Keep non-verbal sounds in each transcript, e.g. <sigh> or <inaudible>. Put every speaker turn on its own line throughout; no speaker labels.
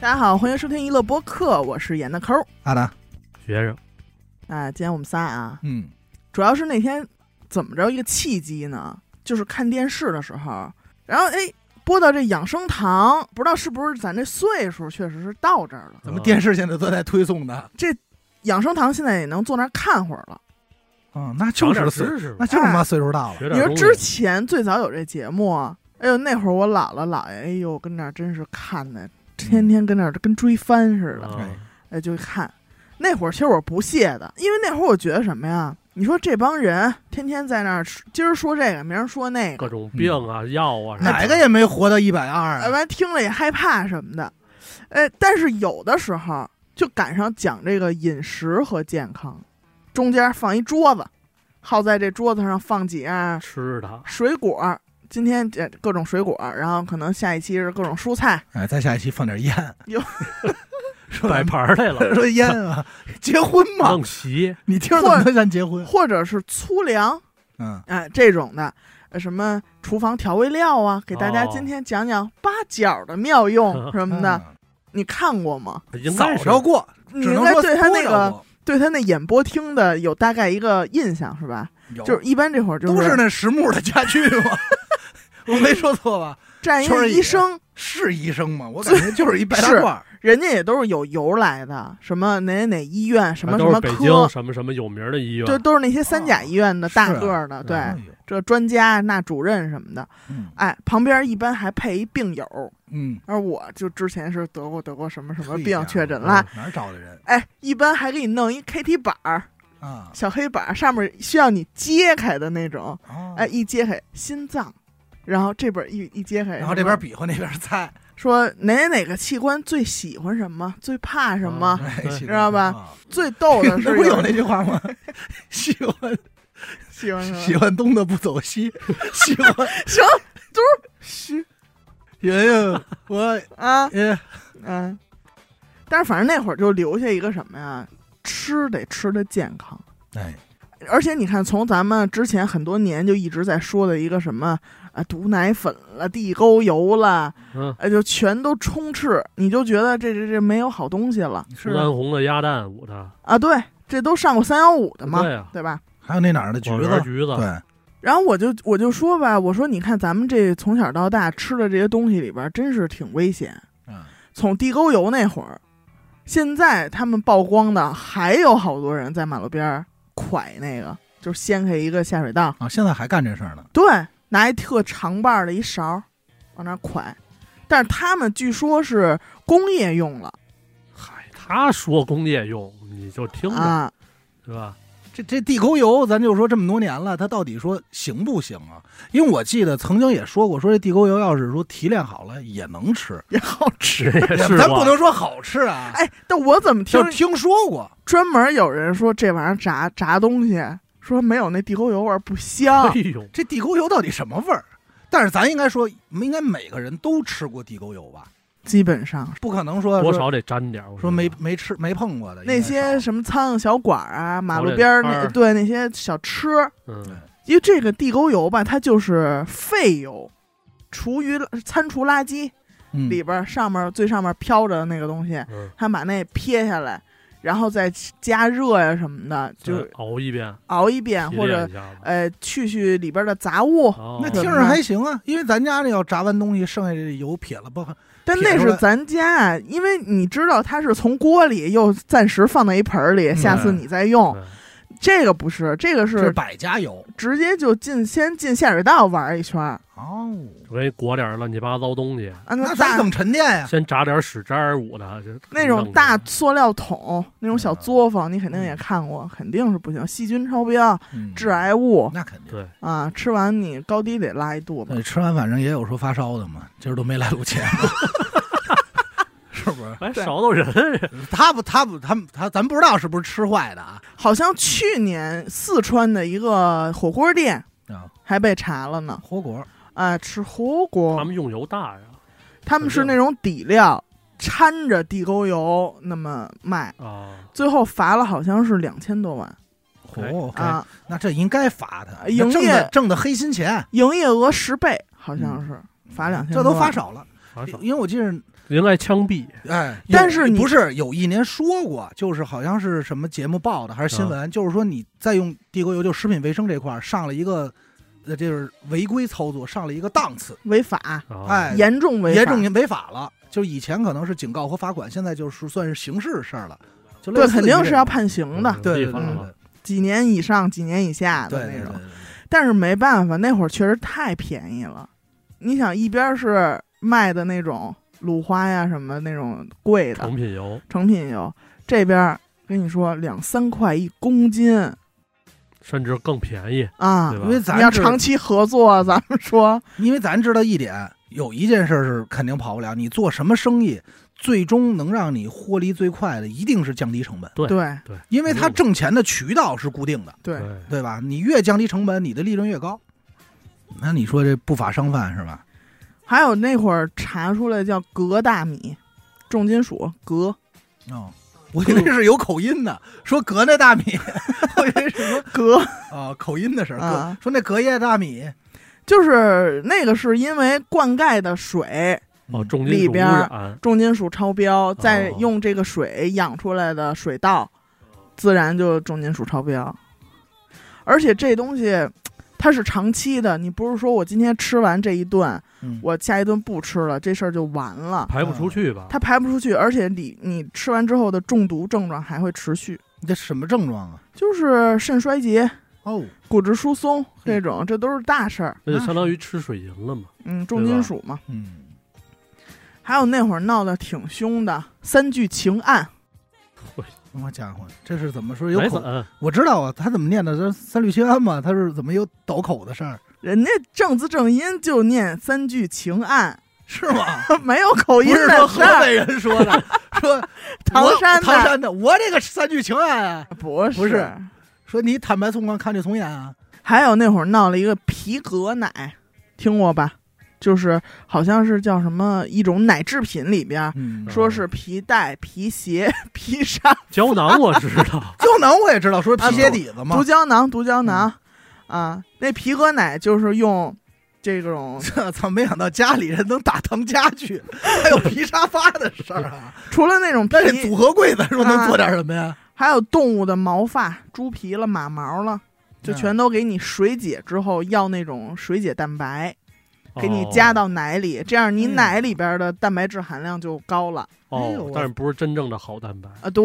大家好，欢迎收听娱乐播客，我是严的抠儿。
阿达，
学生，
哎，今天我们仨啊，
嗯
主要是那天怎么着一个契机呢？就是看电视的时候，然后哎播到这养生堂，不知道是不是咱这岁数确实是到这儿了。
咱们电
视
视现在都在推送的，
养生堂现在也能坐那儿看会儿了。
嗯，那
长
就
点
是
知
岁，
识吧，
那就是
哎
他妈岁数大了，
学
你
点
说
东西
之前最早有这节目，哎呦那会儿我姥姥姥爷，哎呦跟那儿真是看的，天天跟那儿跟追番似的。
啊
哎，就看。那会儿其实我不屑的，因为那会儿我觉得什么呀？你说这帮人天天在那儿说，今儿说这个，明儿说那个，
各种病啊、药啊，
哪个也没活到一百二
哎，
啊！
完听了也害怕什么的。哎，但是有的时候就赶上讲这个饮食和健康，中间放一桌子，好在这桌子上放几样
吃的，
水果，今天这各种水果，然后可能下一期是各种蔬菜，
哎，再下一期放点烟， <laughs>
哟
<laughs> 说
摆盘儿来了，
说烟啊，结婚 <laughs> 嘛，
弄席，
你听着怎么都像结婚，
或者是粗粮，
嗯，
哎，这种的，呃，什么厨房调味料啊，给大家
哦
今天讲讲八角的妙
<laughs>
用什么的，
嗯
你看过吗？
应
早
该
着过，
你
只
应
能
该
说
对他那
多着
个
过
对他那演播厅的有大概一个印象是吧？
有
就是一般这会儿就
都是那实木的家具嘛， <laughs> 我没说错吧？
站一
圈
个
儿椅
医生，
是医生吗？我感觉就是一白大
是
褂儿，
人家也都是有由来的，什么哪哪哪医院，什么什
啊都
么
是北京
科，
什么什么有名的医院，
对，都是那些三甲医院的
哦
大
是啊
个儿的，对，
哎
嗯
呦
这专家那主任什么的，
嗯
哎，旁边一般还配一病友，
嗯，
而我就之前是得过得过什么什么
嘿
病
呀
确诊
嗯
了。
哪儿找的人
哎，一般还给你弄一 KT 板儿，
啊？
小黑板儿上面需要你揭开的那种。
哦
哎，，一揭开心脏，然后这本儿一一揭开，
然后这边比划那边猜，
说哪哪个器官最喜欢什么，最怕什么。
啊
哎
对
知
知道吧？
啊
最逗
<laughs>
的是
那不有那句
<laughs>
话吗？喜欢
喜欢什么？
喜欢东的不走西，喜
<laughs>
欢
行，都是嘘
圆圆我
啊
呃
嗯。但是反正那会儿就留下一个什么呀，吃得吃的健康。
哎
而且你看，从咱们之前很多年就一直在说的一个什么啊，毒奶粉了、地沟油了，
嗯，
呃，就全都充斥，你就觉得这这这没有好东西了
是
湖南红的鸭蛋捂的，
啊。对，这都上过三幺五的嘛，
对啊，
吧？
还有那哪儿的橘
果
子
园，橘子，
对，啊
然后我就我就说吧，我说你看咱们这从小到大吃的这些东西里边，真是挺危险。
嗯，
从地沟油那会儿，现在他们曝光的还有好多人在马路边儿蒯那个，就是掀开一个下水道，
啊，现在还干这事儿呢，
对，拿一特长把儿的一勺儿往那儿㧟，但是他们据说是工业用了
嗨，他说工业用，你就听着，
啊，
对吧？
这这地沟油，咱就说这么多年了，它到底说行不行啊？因为我记得曾经也说过，说这地沟油要是说提炼好了也能吃，
也好吃。
吃也 <laughs> 是
咱
吧
不能说好吃啊，
哎，但我怎么听
就是听说过，
专门有人说这玩意儿炸炸东西，说没有那地沟油味儿不香
哎呦，
这地沟油到底什么味儿？但是咱应该说，应该每个人都吃过地沟油吧？
基本上
不可能说
多
说
少得沾点儿，我
说没
觉得
没吃没碰过的
那些
是
什么苍蝇小馆儿啊，马
啊早
路
点
边儿
摊
那
儿
对那些小吃，
<laughs>
嗯，
因为这个地沟油吧，它就是废油，厨余餐厨垃圾
嗯
里边儿上面儿最上面儿飘着的那个东西。
嗯，
他把那撇下来，然后再加热呀、什么的，就
再熬一遍，
熬一遍
提
或
炼
者
一下吧。
呃去去里边的杂物。
哦
那听着还行啊，因为咱家那要炸完东西，剩下这油撇了不，
但
撇
那
出
是
来
咱家，啊因为你知道它是从锅里又暂时放到一盆儿里，
嗯
下次你再用。
对
这个不是，这个
这是
是
百家油
直接就进先进下水道玩一圈儿
哦。
我给你裹点儿乱七八糟东西，
啊，
那咱
大
等沉淀呀、
先炸点屎渣儿捂的，这
那种大
弄
塑料桶，那种小
嗯
作坊，你肯定也看过，肯定是不行，细菌超标、
嗯
致癌物
那肯定。
对
啊，吃完你高低得拉一肚子。
对，吃完反正也有说发烧的嘛，今儿都没来录节 <laughs> 目，是不是？
着。哎，
对
勺到人，
他不，他不，他们他，咱不知道是不是吃坏的啊？
好像去年四川的一个火锅店
啊，
还被查了呢。
火锅
啊、吃火锅，
他们用油大呀
他们是那种底料掺着地沟油那么卖，
啊，
最后罚了好像是两千多万
火、
啊，
那这应该罚他，
营业
挣的挣的黑心钱，
营业额十倍好像是、罚两千。
嗯这都罚，少了。
很少，
因为我记得，
应该枪毙。
哎，
但
有
是你
不是有一年说过，就是好像是什么节目报的还是新
嗯
闻，就是说你再用地沟油就食品卫生这块儿上了一个，呃，就是违规操作上了一个档次，
违法，
啊
哎
哦严重违法，
严重违法了。就是以前可能是警告和罚款，现在就是算是刑事事儿了，就类
对，
似于
肯定
这
是
种
要判刑的，
对对
立法
对
了
几年以上、几年以下
对
的
对
那
对
种。
对
但是没办法，那会儿确实太便宜了。你想，一边是卖的那种鲁花呀什么那种贵的
成品油，
成品油，这边儿跟你说两三块一公斤
甚至更便宜，
啊
对。吧
因为
你要
咱知
长期合作， <laughs> 咱们说
因为咱知道一点，有一件事是肯定跑不了，你做什么生意，最终能让你获利最快的，一定是降低成本，
对
对
对，
因
嗯
为它挣钱的渠道是固定的，
对，
对吧？你越降低成本，你的利润越高。那你说这不法商贩是吧？
还有那会儿查出来叫镉大米，重金属镉
哦，我以为是有口音呢，说隔那大米，
<laughs>
我以为是说
镉，
啊、口音的事儿，
啊
隔说那隔夜大米
就是那个是因为灌溉的水
哦，重
里
金属污
边儿
染，
重金属超标，再
哦
用这个水养出来的水稻，自然就重金属超标。而且这东西它是长期的，你不是说我今天吃完这一顿，
嗯
我下一顿不吃了，这事儿就完了。
排不出去吧？
它排不出去，而且你你吃完之后的中毒症状还会持续，
你这什么症状啊？
就是肾衰竭、
哦，
骨质疏松这种，这都是大事儿。
那就相当于吃水银了嘛。
嗯，重金属嘛。
嗯，
还有那会儿闹得挺凶的三聚氰胺，
我家伙，这是怎么说有
白
口
散
我知道啊，他怎么念的？他三氯氰胺嘛，他是怎么有倒口的事儿？
人家正字正音就念三聚氰胺， <laughs>
是吗？
没有口
不
音
是
在
说河
这儿。
北人说的，说
唐
我
山的
唐山的，我这个三聚氰胺啊，
不
不是说你坦白从宽，抗拒从严啊，
还有那会儿闹了一个皮革奶，听过吧？就是好像是叫什么一种奶制品里边，
嗯，
说是皮带、皮鞋、 <laughs> 皮沙、
胶囊我知道
<laughs> 胶囊我也知道，说皮鞋底子嘛
毒，胶囊、毒胶囊，
嗯
啊，那皮革奶就是用这种
<laughs> 这操，没想到家里人能打当家 <laughs> 具，还有皮沙发的事儿啊！
除了那种
那这
皮，
组合柜咱说能做点什么呀？
还有动物的毛发、猪皮了、马毛了，就
嗯
全都给你水解之后，要那种水解蛋白。给你
哦
加到奶里，这样你
嗯
奶里边的蛋白质含量就高了。
哎呦
哦
我，
但是不是真正的好蛋白？
啊，对，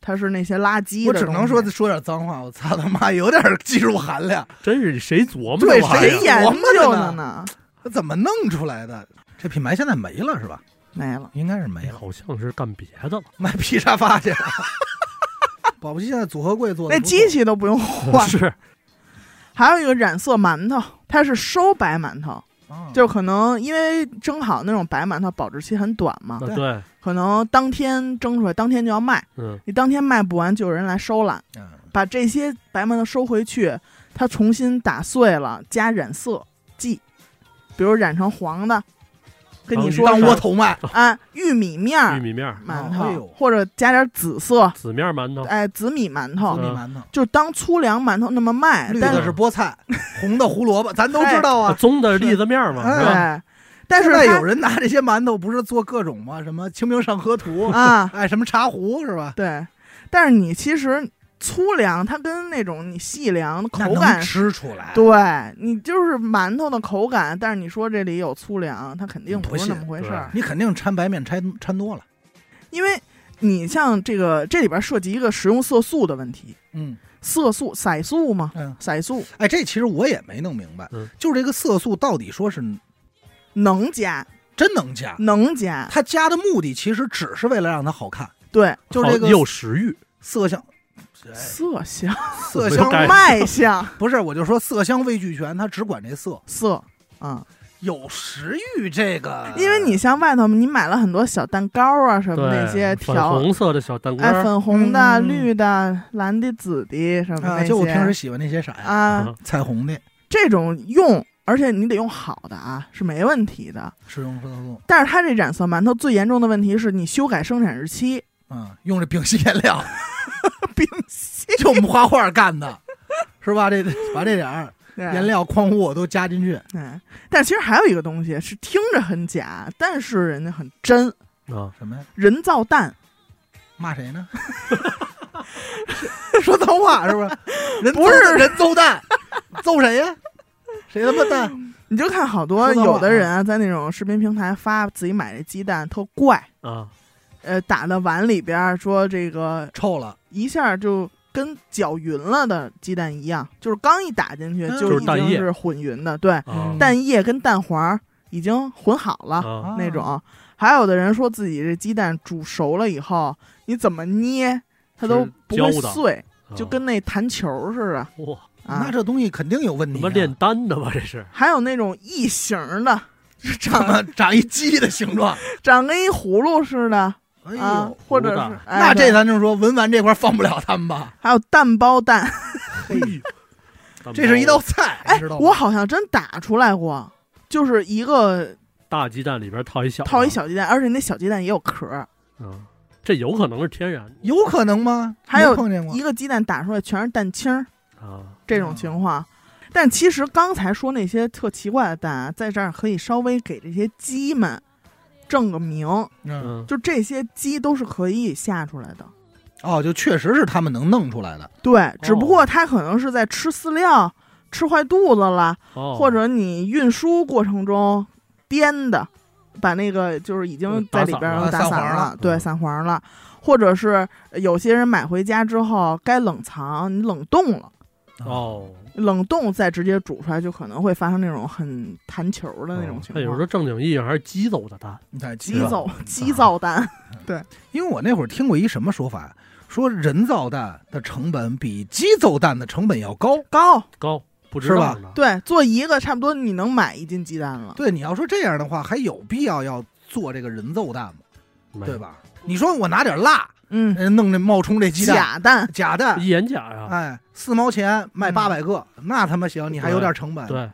它是那些垃圾
我
的
只
东
能
西
说说点脏话，我操他妈有点技术含量，
真是谁琢磨
对
这玩意
哎
谁
呀
儿
研
琢磨着
究
呢
的呢？
这怎么弄出来的？这品牌现在没了是吧？
没了，
应该是没
哎
了。
好像是干别的了，
买皮沙发去。 <laughs> 保不齐现在组合柜做的
那机器都不用换。
是
还有一个染色馒头，它是收白馒头，
啊嗯
就可能因为蒸好那种白馒头保质期很短
嗯
嘛，
那啊对，
可能当天蒸出来，当天就要卖，
嗯，
你当天卖不完就有人来收了，
嗯
把这些白馒头收回去，它重新打碎了加染色剂，比如染成黄的，跟你
当
说
哦当
是
窝头卖，
啊，玉米面
玉
儿
米面儿、
馒
哦哎呦嗯
头，或者加点紫色，
紫面馒头，
哎，紫米馒
玉
头，
米馒头，
就当粗粮馒头那么卖。
嗯绿
但
的是菠菜，红的胡萝卜，咱都知道
啊
啊。
棕的栗子面儿嘛，
哎
是吧？
对，但是
现在
它
有人拿这些馒头不是做各种吗？什么《清明上河图》，
啊，
哎，什么茶壶是吧？
对，但是你其实粗粮它跟那种你细粮口
那能
感，
吃出来，
对你就是馒头的口感，但是你说这里有粗粮，它肯定
不
不是
信
那么回事儿，
你肯定掺白面掺掺多了。
因为你像这个这里边涉及一个食用色素的问题，
嗯
色素色素嘛，
嗯，
色素
哎，这其实我也没弄明白
嗯，
就是这个色素到底说是
能加
真能加，
能加，
它加的目的其实只是为了让它好看，
对。
就是这个
好有哎食欲，
色香
色相、
色香
哎
卖相、
不是，我就说色香味俱全，他只管这色，
色啊，
有食欲这个
因为你像外头你买了很多小蛋糕啊什么
对
那些
粉
条，
红色的小蛋糕
哎，
儿，
粉红的、
嗯
绿的、蓝的、紫的什么
啊，
那
就我平时
些
喜欢那些色呀，
啊
啊，
彩虹的
这种用，而且你得用好的啊，是没问题的。
食用色素，
但是它这染色馒头最严重的问题是你修改生产日期，
嗯，用这丙烯颜料，
并且
<laughs> 就我们画画干的，是吧？这把这点儿颜料、矿物我都加进去。
哎，但其实还有一个东西是听着很假，但是人家很真，
啊，
什么呀？
人造蛋。
骂谁呢？ <laughs> 说脏话是不是？人
不是
揍人揍蛋，揍谁呀？谁他妈蛋？
你就看好多
说到
有的
晚
人啊，在那种视频平台发自己买的鸡蛋特怪，
啊，
呃，打到碗里边儿说这个
臭了，
一下就跟搅匀了的鸡蛋一样，就是刚一打进去
嗯
就
就是嗯
已
是蛋
经
液
是混匀的，对，
啊
嗯蛋液跟蛋黄儿已经混好了
啊
那种。还有的人说自己这鸡蛋煮熟了以后，你怎么捏它都
是
不会
焦的
碎，
啊
就跟那弹球似的
哇，
啊
嗯那。这东西肯定有问
什
题啊。
么炼丹的吧？这是
还有那种异形儿的，就
他
长
妈长一鸡的形状？
长跟一葫芦似的
哎
啊
呦，，
或者
葫芦
是
蛋
哎
那这
对
咱就说文玩这块儿放不了他们吧？
还有蛋包蛋，
这是一道菜，你
哎
知，道吗？
我好像真打出来过，就是一个
大鸡蛋里边套一小
套一小鸡蛋，而且那小鸡蛋也有壳儿，
啊，这有可能是天然的
有可能吗？
还有
没碰见过
一个鸡蛋打出来全是蛋清儿
啊，
这种情况。但其实刚才说那些特奇怪的蛋啊，在这儿可以稍微给这些鸡们正个名，
嗯
嗯
就这些鸡都是可以下出来的。
哦，就确实是他们能弄出来的。
对，只不过它可能是在吃饲料，吃坏肚子了，
哦，
或者你运输过程中颠的，把那个就是已经在里边儿
打
打散
散了散黄了
对，
嗯
散黄了，或者是有些人买回家之后该冷藏，你冷冻了，
哦，
冷冻再直接煮出来，就可能会发生那种很弹球的那种情
哦他有时
况
候。正经意义上还是鸡走的蛋
你看，
鸡
是吧
造鸡造蛋， <laughs>
因为我那会儿听过一什么说法，说人造蛋的成本比鸡造蛋的成本要高。
高，
高，不知
是
道
吧
呢
对，做一个差不多你能买一斤鸡蛋了。
对，你要说这样的话，还有必要要做这个人造蛋吗？
没
对吧？你说我拿点蜡，
嗯，
呃弄这冒充这鸡蛋
假蛋，
假蛋
一，眼假呀，
哎，四毛钱卖
嗯
八百个，那他妈行，你还有点成本。，
对，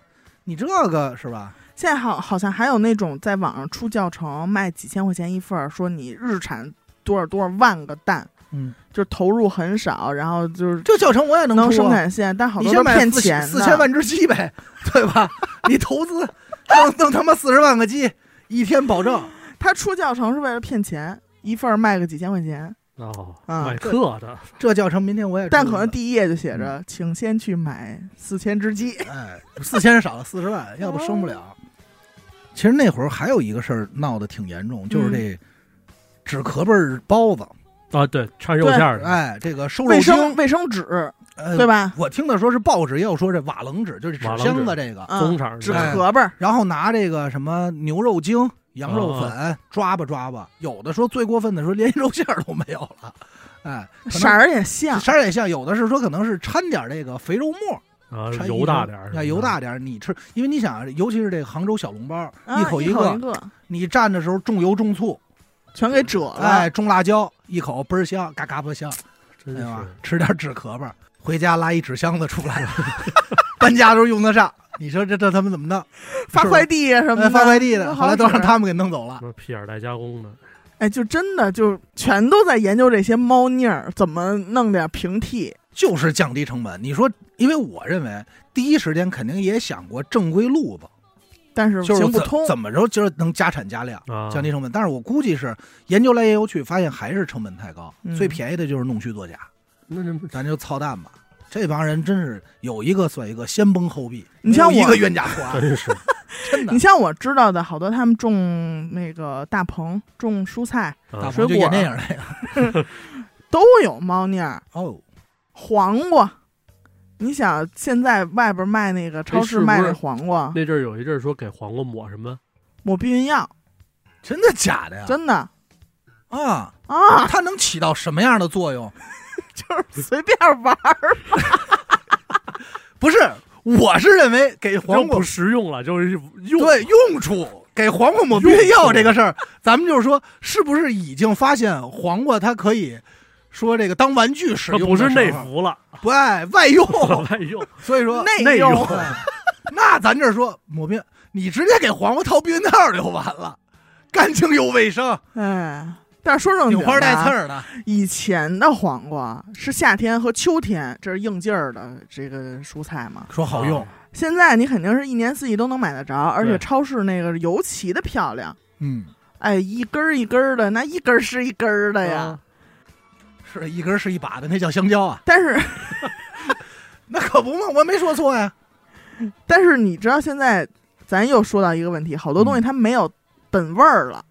你这个是吧？
现在好好像还有那种在网上出教程，卖几千块钱一份儿，说你日产多少多少万个蛋，
嗯，
就是投入很少，然后就是
这教程我也能
能
出
生
啊。
产线，但好
你
多
先
都
买
骗
四
钱的
四千，万只鸡呗， <laughs> 对吧？你投资弄弄他妈四十万个鸡，一天保证。
他出教程是为了骗钱，一份儿卖个几千块钱，
哦，
啊
买课的
这教程明天我也出
但
一
可能
个
第一页就写
嗯
着，请先去买四千只鸡。
哎，四千少了四十万，要不生不
哦
了。其实那会儿还有一个事儿闹得挺严重，
嗯
就是这纸壳儿包子，
啊，对，掺肉馅儿的，
哎，这个瘦肉
卫
精，
生卫生纸
呃，
对吧？
我听的说是报纸，也有说这瓦楞纸，就是纸
瓦楞
箱子
纸
这个，
棕
嗯，
色儿的
纸
哎
壳儿吧，
然后拿这个什么牛肉精、羊
啊
肉粉抓吧抓吧，有的说最过分的说连肉馅儿都没有了，哎，可
色
能
儿也像，
色儿也像，有的是说可能是掺点儿这个肥肉末，
啊，
掺
油大
哎
点儿，
啊，油大点儿，你吃，因为你想啊，尤其是这个杭州小笼包，
啊
口
一
一
个
个，你蘸的时候重油重醋，
全给褶了。
哎，重辣椒，一口倍儿香，嘎嘎倍儿香，
真
哎
对吧
是？
吃点纸壳吧，回家拉一纸箱子出来， <laughs> 搬家都用得上。你说这这他们怎么弄？
发
是吧
快递啊什么
哎
的，
发快递的，
不
后
好
来都
使啊
让他们给弄走了
什。么屁眼儿带加工的，
哎，就真的就全都在研究这些猫腻儿，怎么弄点平替。
就是降低成本。你说，因为我认为第一时间肯定也想过正规路子，
但是
就
嗯
是
行不
怎
通，
怎么着就是能加产加量。
啊，
降低成本，但是我估计是研究来研究去，发现还是成本太高。
嗯
最便宜的就是弄虚作假，
那那
咱就操蛋吧。这帮人真是有一个算一个，先崩后毙。
你像
没有一
我
个冤假错案，
<laughs> 真是
<laughs> 真的
你。像我知道的好多，他们种那个大棚、种蔬菜
大
啊
水
鹏就
果
演电影那个
都有猫腻儿，
哦，
黄瓜。你想现在外边卖那个超
哎
市
是不
卖
是
那黄瓜
那阵儿有一阵儿说给黄瓜抹什么
抹避孕药，
啊真的假的呀？
真的
啊，
啊，
它能起到什么样的作用？
就是随便玩儿。
不是，我是认为给黄
就
瓜
不实用了，就是用
对用处。给黄瓜抹避孕药这个事儿，咱们就是说，是不是已经发现黄瓜它可以说这个当玩具使
它
用的
不是内
时候，
服了，
不爱外用，
外用
<laughs> 所以说
内用
用
哎 <laughs> 那咱这说抹病，你直接给黄瓜套避孕套就完了，干净又卫生。
哎，但是说正
扭
经
花带刺
的，
儿的，啊
以前的黄瓜是夏天和秋天，这是应季儿的这个蔬菜嘛。
说好用，
现在你肯定是一年四季都能买得着，而且
对
超市那个尤其的漂亮。
嗯，
哎，一根儿一根儿的，那一根儿是一根儿的呀。
嗯
啊
是一根是一把的，那叫香蕉啊，
但是，
那可不嘛，我没说错呀，
但是你知道现在，咱又说到一个问题，好多东西它没有本味儿了、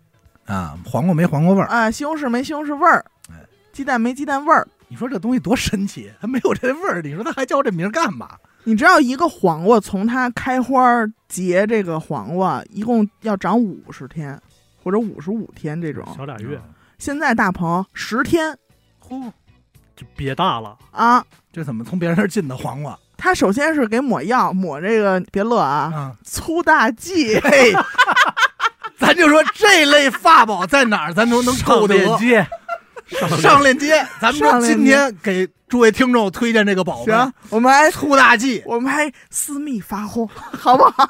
啊，黄瓜没黄瓜味儿，
啊，西红柿没西红柿味儿
哎，
鸡蛋没鸡蛋味儿。
你说这东西多神奇，它没有这味儿，你说它还叫这名儿干嘛？
你知道一个黄瓜从它开花儿结这个黄瓜，一共要长五十天或者五十五天这种。
小俩
嗯
月，
现在大棚十天
啊呼，
就憋大了，
啊，
嗯这怎么从别人那儿进的黄瓜
它首先是给抹药，抹这个别乐啊，
啊？。
粗大剂 <laughs>
嘿，咱就说这类法宝在哪儿，咱都能
上
凑得 <laughs>
链接，
上链接， <laughs> 咱
<laughs>
们
上
说
链接
今天给诸位听众推荐这个宝贝，
行，我们还
粗
<laughs>
大剂，
我们还私密发货， <laughs> 好不好？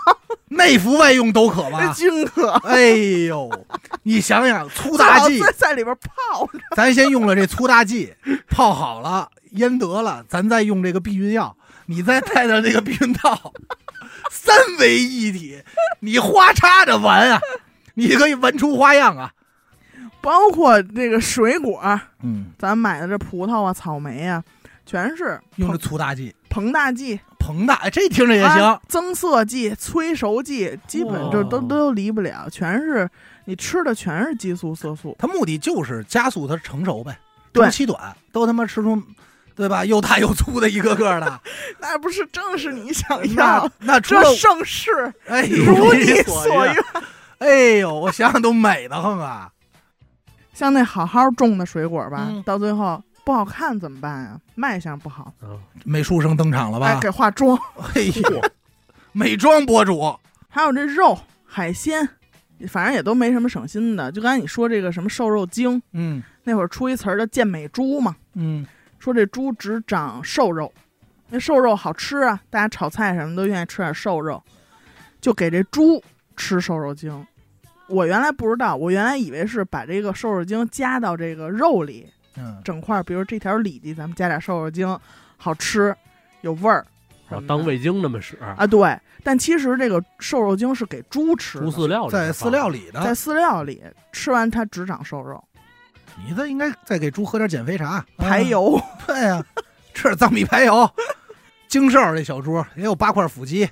内服外用都可
这
吧？
均可。
哎呦，
<laughs>
你想想，粗大剂
最好，在在里边泡着。
<laughs> 咱先用了这粗大剂，泡好了，腌得了，咱再用这个避孕药，你再带点这个避孕套， <laughs> 三维一体，你花插着玩啊，你可以玩出花样啊。
包括这个水果，
嗯，
咱买的这葡萄啊、草莓啊，全是
用这
膨
粗大剂，
膨大剂、
膨大，哎这听着也行。
啊增色剂、催熟剂，基本就都、
哦
都离不了，全是你吃的全是激素、色素。
它目的就是加速它成熟呗，
对
周期短，都他妈吃出，对吧？又大又粗的一个个
<laughs>
的，
那不是正是你 <laughs> 想
那
要？
那除
这
了，
盛世
哎
如
呦，
你
你
所
所
愿
愿。
哎呦，我想想都美得很啊。
像那好好种的水果吧，
嗯
到最后不好看怎么办啊？卖相不好，
啊，
美术生登场了
哎，
吧？
给化妆。
哎呦，美妆博主，
还有这肉、海鲜，反正也都没什么省心的。就刚才你说这个什么瘦肉精，
嗯
那会儿出一词儿叫健美猪嘛，
嗯，
说这猪只长瘦肉，那瘦肉好吃啊，大家炒菜什么都愿意吃点瘦肉，就给这猪吃瘦肉精。我原来不知道，我原来以为是把这个瘦肉精加到这个肉里，
嗯，
整块儿，比如这条里脊，咱们加点瘦肉精，好吃，有味儿什么
啊
的。
当味精那么使，
啊，对，但其实这个瘦肉精是给猪吃的
猪，饲啊料里
在饲料
里
里
在
的，
饲料里吃完它只长瘦肉，
你这应该再给猪喝点减肥茶，
排
啊，
油。 <laughs>
对呀、吃点藏米排油。 <laughs> 精瘦这小猪也有八块腹肌，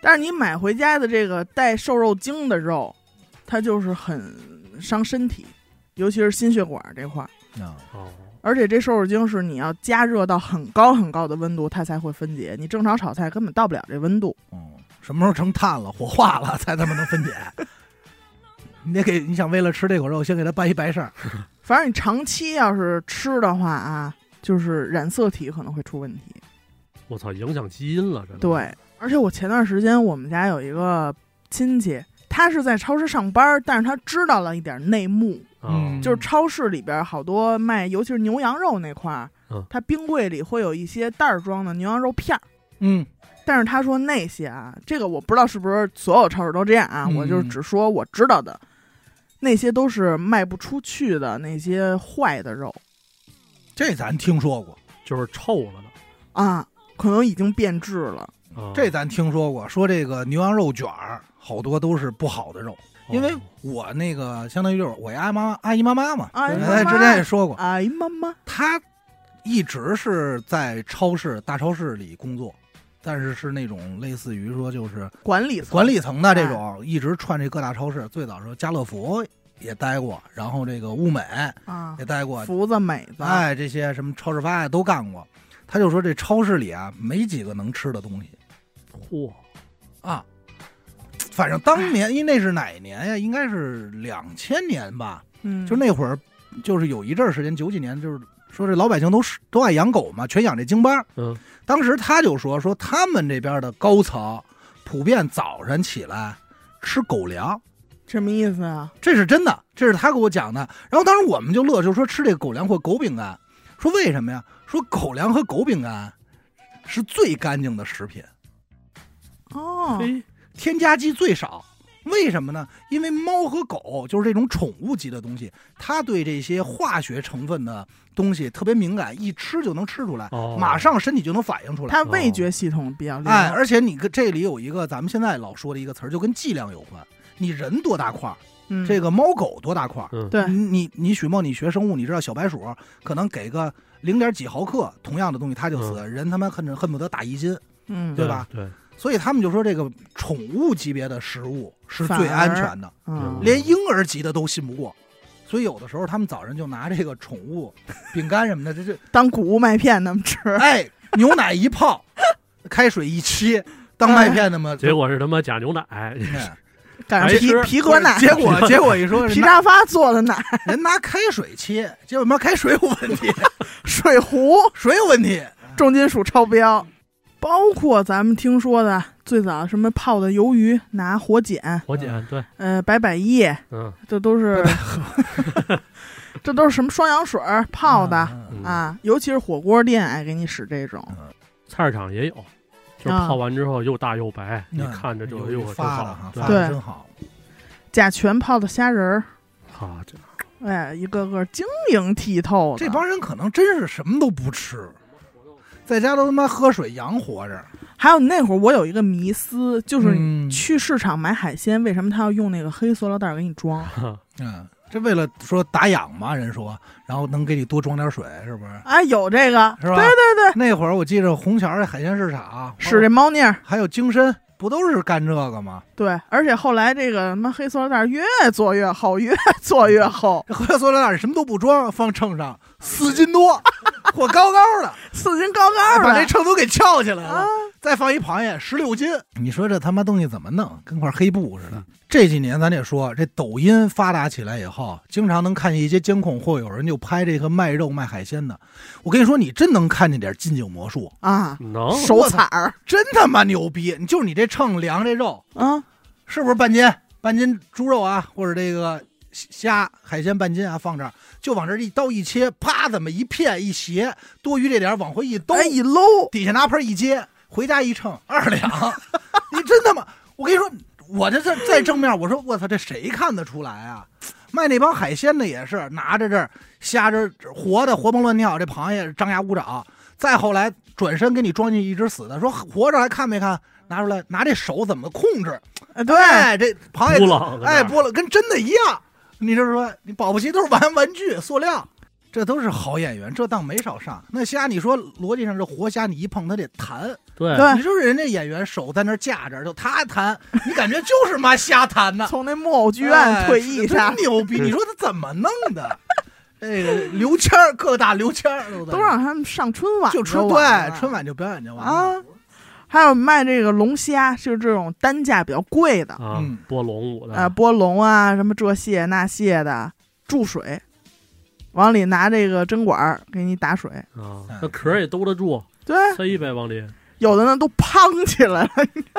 但是你买回家的这个带瘦肉精的肉，它就是很伤身体，尤其是心血管这块儿。
啊，
哦，
而且这瘦肉精是你要加热到很高很高的温度，它才会分解。你正常炒菜根本到不了这温度。
嗯，什么时候成碳了、火化了，才他妈能分解？ <laughs> 你得给你想为了吃这口肉，先给它办一白事儿。
反正你长期要是吃的话啊，就是染色体可能会出问题。
我操，影响基因了，这都，
对，而且我前段时间我们家有一个亲戚，他是在超市上班，但是他知道了一点内幕，
啊
嗯
就是超市里边好多卖，尤其是牛羊肉那块儿，
嗯
他冰柜里会有一些袋儿装的牛羊肉片儿。
嗯
但是他说那些啊，这个我不知道是不是所有超市都这样啊，
嗯
我就是只说我知道的，那些都是卖不出去的那些坏的肉
这咱听说过，
就是臭了的
啊，可能已经变质了。，
啊
这咱听说过，说这个牛羊肉卷儿好多都是不好的肉，因为
哦
我那个相当于就是我阿姨妈妈阿姨妈妈嘛，
阿姨
咱
妈妈
咱之前也说过，
哎妈妈，
她一直是在超市大超市里工作，但是是那种类似于说就是
管理层
管理层的这种，一直串这各大超市。最早时候家乐福也待过，然后这个物美
啊
也，待过，
福子美子，
哎，这些什么超市发呀都干过。他就说这超市里啊没几个能吃的东西
嚯，
啊，反正当年因为那是哪年呀？应该是两千年吧，
嗯，
就那会儿，就是有一阵儿时间，九几年就是。说这老百姓都是都爱养狗嘛，全养这京巴儿。
嗯，
当时他就说说他们这边的高层普遍早晨起来吃狗粮，
什么意思啊？
这是真的，这是他给我讲的。然后当时我们就乐，就说吃这个狗粮或狗饼干，说为什么呀？说狗粮和狗饼干是最干净的食品，
哦，
嘿，
哎添加剂最少，为什么呢？因为猫和狗就是这种宠物级的东西，它对这些化学成分的东西特别敏感，一吃就能吃出来，
哦
马上身体就能反应出来。
它味觉系统比较厉害，
哎，而且你跟这里有一个咱们现在老说的一个词儿，就跟剂量有关。你人多大块儿，
嗯，
这个猫狗多大块儿？
嗯，
对
你你你许梦，你学生物，你知道小白鼠可能给个零点几毫克，同样的东西它就死，
嗯
人他妈恨着恨不得打一斤，
嗯
对吧？
对，
所以他们就说这个宠物级别的食物是最安全的，
嗯，
连婴儿级的都信不过。所以有的时候他们早上就拿这个宠物饼干什么的，这这
当谷物麦片那么吃，
哎牛奶一泡，开水一沏，当
哎
麦片那么
结果是他妈假牛奶，
哎
<laughs>
赶上
哎
皮
是
皮革奶、
结果结果一说
皮
人拿
沙发做的奶、
人拿开水切，结果妈开水有问题，
水壶、
水有问题，
重金属超标，包括咱们听说的最早什么泡的鱿鱼，拿火碱，
嗯
火碱对，
呃，百百叶，
嗯，
这都
<laughs>
是，这都是什么双氧水儿泡的。
嗯
嗯，
啊，尤其是火锅店爱给你使这种，
菜市场也有，就是
啊
泡完之后又大又白，你
嗯
看着就
有
哎呦
有
真
发了哈
好，，
发
对
的真好。
甲醛泡的虾仁儿，
好家伙，
哎，一个个晶莹剔透的。
这帮人可能真是什么都不吃，在家都他妈喝水养活着，
还有那会儿我有一个迷思，就是
嗯
去市场买海鲜，为什么他要用那个黑塑料袋儿给你
<laughs>
装？
嗯，这为了说打氧嘛，人说，然后能给你多装点水，是不是？
哎，有这个
是吧？哦
对
对对。那会儿我记着虹桥的海鲜市场
使这猫腻儿，
还有京深，不都是干这个吗？
对，而且后来这个什么黑塑料袋儿越做越厚，越做越
<laughs>
厚，
这喝塑料袋什么都不装，放秤上四斤多， <laughs> 或高高的，
四斤高
哎
高
把
的
这。秤都给翘起来了
啊。
再放一螃蟹，十六斤。嗯你说这他妈东西怎么弄？跟块黑布似的。这几年咱得说，这抖音发达起来以后，经常能看见一些监控，或有人就拍这个卖肉卖海鲜的。我跟你说，你真能看见点近景魔术，
啊，
能
哦
手彩儿
真他妈牛逼！你就是你这秤量这肉
啊，
是不是半斤？半斤猪肉啊，或者这个虾海鲜半斤啊，放这儿就往这儿一刀一切，啪，这么一片一斜，多余这点儿往回一兜，
哎一搂，
底下拿盆一接，回家一称二两， <laughs> 你真他妈！我跟你说，我这这在正面，我说我操，这谁看得出来啊？卖那帮海鲜的也是拿着这儿虾这儿活的活蹦乱跳，这螃蟹张牙舞爪，再后来转身给你装进一只死的，说活着还看没看？拿出来，拿这手怎么控制？
哎对，
哎，这螃
扑
蟹，
棱，
哎，剥了跟真的一样。你就是说，你保不齐都是玩玩具、塑料，这都是好演员，这当没少上。那虾，你说逻辑上这活虾，你一碰它得弹，
对
对
你说人家演员手在那儿架着，就他弹，你感觉就是妈瞎弹呢。
从那木偶剧院退役下
哎真牛逼！你说他怎么弄的？这个刘谦儿，各大刘谦儿都在
都让他们上春晚
就春
晚
对春晚就表演就完了。
啊，还有卖这个龙虾，就是这种单价比较贵的，
啊
嗯，
波龙舞的
呃，波龙啊，什么这蟹那蟹的，注水，往里拿这个针管儿给你打水，嗯
啊，那壳儿也兜得住，
对，
塞呗往里，
有的呢都胖起
<laughs>
来了，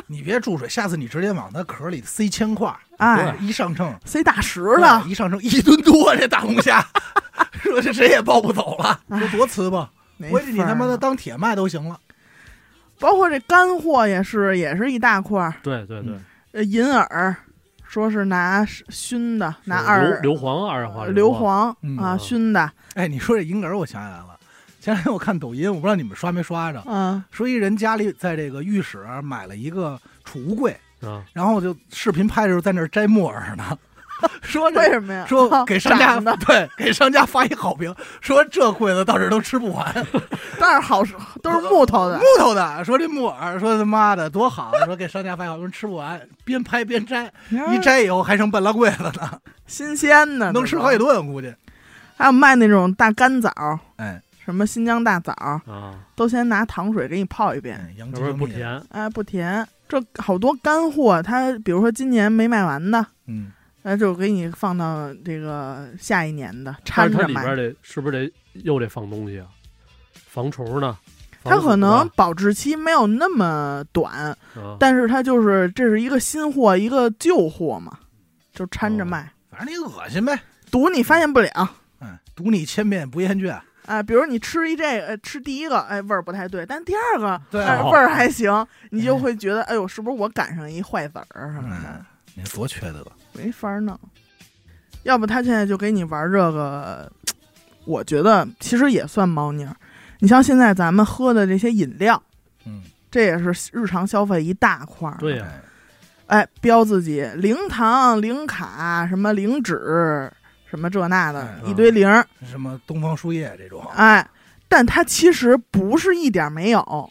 你别注水，下次你直接往他壳里塞铅块儿，
哎，
一上秤
塞大石了，
对一上升一吨多，这大龙虾， <laughs> 说这谁也抱不走了，这多瓷吧！
没
回去你
法儿啊
他妈的
了，
当铁卖都行了。
包括这干货也是，也是一大块儿，
对嗯对
嗯
对，
呃，银耳，说是拿熏的，拿二
硫硫磺二氧化
硫
磺，
磺
嗯
啊
啊
熏的，
哎，你说这银耳，我想起来了，前两天我看抖音，我不知道你们刷没刷着， <laughs>
嗯
说一人家里在这个浴室啊买了一个储物柜，
啊，
然后就视频拍的时候在那儿摘木耳呢， <laughs> 说
为
这。
什么呀？ <laughs>
说给商家
长的
对给商家发一好评，说这柜子到这儿都吃不完，
但是好都是木头的
木，头的。说这木耳，说他妈的多好，说给商家发一好评吃不完，边拍边摘，
啊
一摘以后还剩半拉柜子呢，
新鲜的，
能吃好几
多。
顿，估计。
还有卖那种大干枣，
哎，
什么新疆大枣，
啊，
都先拿糖水给你泡一遍，
嗯，杨
要
枝杨
不然不
叶，
甜。
哎，不甜。这好多干货，它比如说今年没卖完的，
嗯，
那就给你放到这个下一年的掺
但是它
着
里边
卖。
得是不是得又得放东西啊？防虫呢？
它
防腐
可能
啊
保质期没有那么短，
啊
但是它就是这是一个新货，一个旧货嘛，就掺着
哦
卖，
反正你恶心呗，
赌你发现不了。
嗯，读你千遍不厌倦，
啊，比如你吃一这个，呃吃第一个，哎，味儿不太对，但第二个
对
哎
哦
<laughs>
味儿还行，你就会觉得，哎呦，是不是我赶上一坏子儿什么的？
嗯，你多缺德！
没法儿弄。要不他现在就给你玩这个，我觉得其实也算猫腻儿。你像现在咱们喝的这些饮料，
嗯，
这也是日常消费一大块儿。
对呀、
哎
哎，标自己零糖、零卡、什么零脂、什么这那的
哎，
一堆零儿。
什么东方树叶这种啊，
哎，但它其实不是一点儿没有，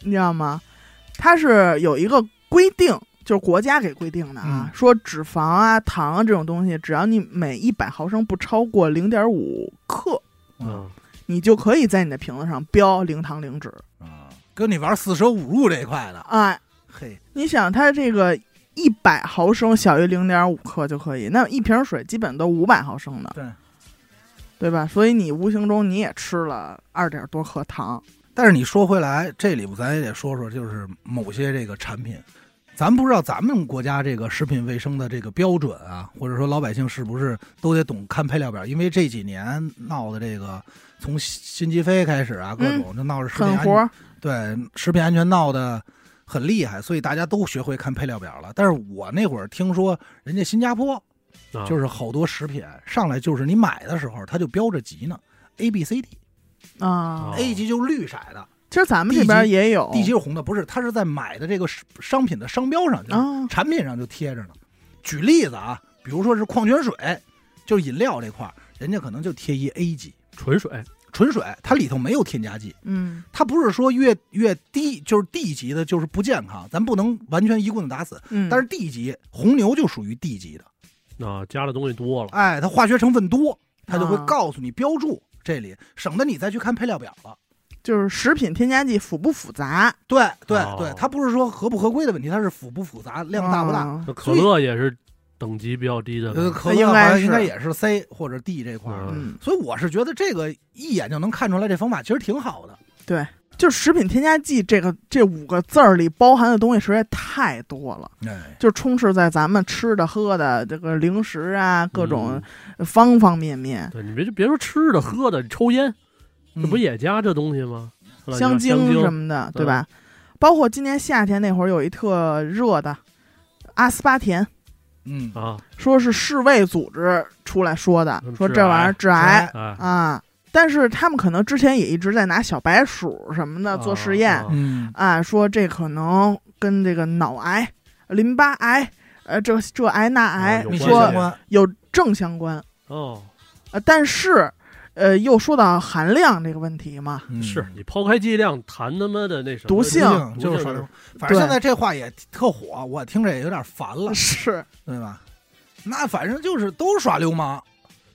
你知道吗？它是有一个规定，就是国家给规定的啊，
嗯
说脂肪啊、糖啊这种东西，只要你每一百毫升不超过零点五克，
嗯，
你就可以在你的瓶子上标零糖零脂。
啊，跟你玩四舍五入这一块的，
哎，
嘿，
你想它这个一百毫升小于零点五克就可以，那一瓶水基本都五百毫升的，
对。
对吧？所以你无形中你也吃了二点多克糖，
但是你说回来，这里边咱也得说说，就是某些这个产品，咱不知道咱们国家这个食品卫生的这个标准啊，或者说老百姓是不是都得懂看配料表？因为这几年闹的这个，从新鸡飞开始啊，各种就
嗯
闹着食品
狠
安
活
全，
儿，
对食品安全闹的很厉害，所以大家都学会看配料表了。但是我那会儿听说，人家新加坡
嗯
啊
就是好多食品上来就是你买的时候，它就标着级呢，A、B、C、D，A
啊
哦！
级就绿色的。
其实咱们这边也有
地基是红的，不是，它是在买的这个商商品的商标上，就是
啊，
产品上就贴着呢。举例子啊，比如说是矿泉水，就是饮料这块儿，人家可能就贴一 A 级
纯水，
纯水，它里头没有添加剂。
嗯
它不是说越越低就是 D 级的，就是不健康，咱不能完全一棍子打死。
嗯，
但是 D 级红牛就属于 D 级的，
啊，加的东西多了，
哎，它化学成分多，它就会
啊
告诉你标注这里，省得你再去看配料表了。
就是食品添加剂复不复杂，
对对
哦
对，它不是说合不合规的问题，它是复不复杂，量大不大。
啊
那可乐也是等级比较低的，
呃，可乐
应
好
该
像
是
应该也是 C 或者 D 这块儿，
嗯，
所以我是觉得这个一眼就能看出来，这方法其实挺好的。
就食品添加剂这个这五个字儿里包含的东西实在太多了，
哎，
就充斥在咱们吃的、喝的这个零食啊，各种方方面面
嗯，。对你别就别说吃的喝的，你抽烟
嗯
这不也加这东西吗？是吧
嗯香
你像
精什
精
么的，
对
对吧？包括今年夏天那会儿有一特热的阿斯巴甜，
嗯，
啊，
说是世卫组织出来说的
嗯，
说
致
这玩意
癌
儿致癌
哎，
哎，
啊。但是他们可能之前也一直在拿小白鼠什么的做实验
啊
嗯，
啊，说这可能跟这个脑癌、淋巴癌，呃，这这癌那
啊
癌
有
密切
关
相
说
系
关，
有正相关。
哦，
呃，但是呃，又说到含量这个问题嘛，
嗯
是你抛开剂量谈他妈的那什么
毒性
性
毒
就是
性
耍流
是
反正
对
现在这话也特火，我听着也有点烦了，
是
对吧？那反正就是都是耍流氓，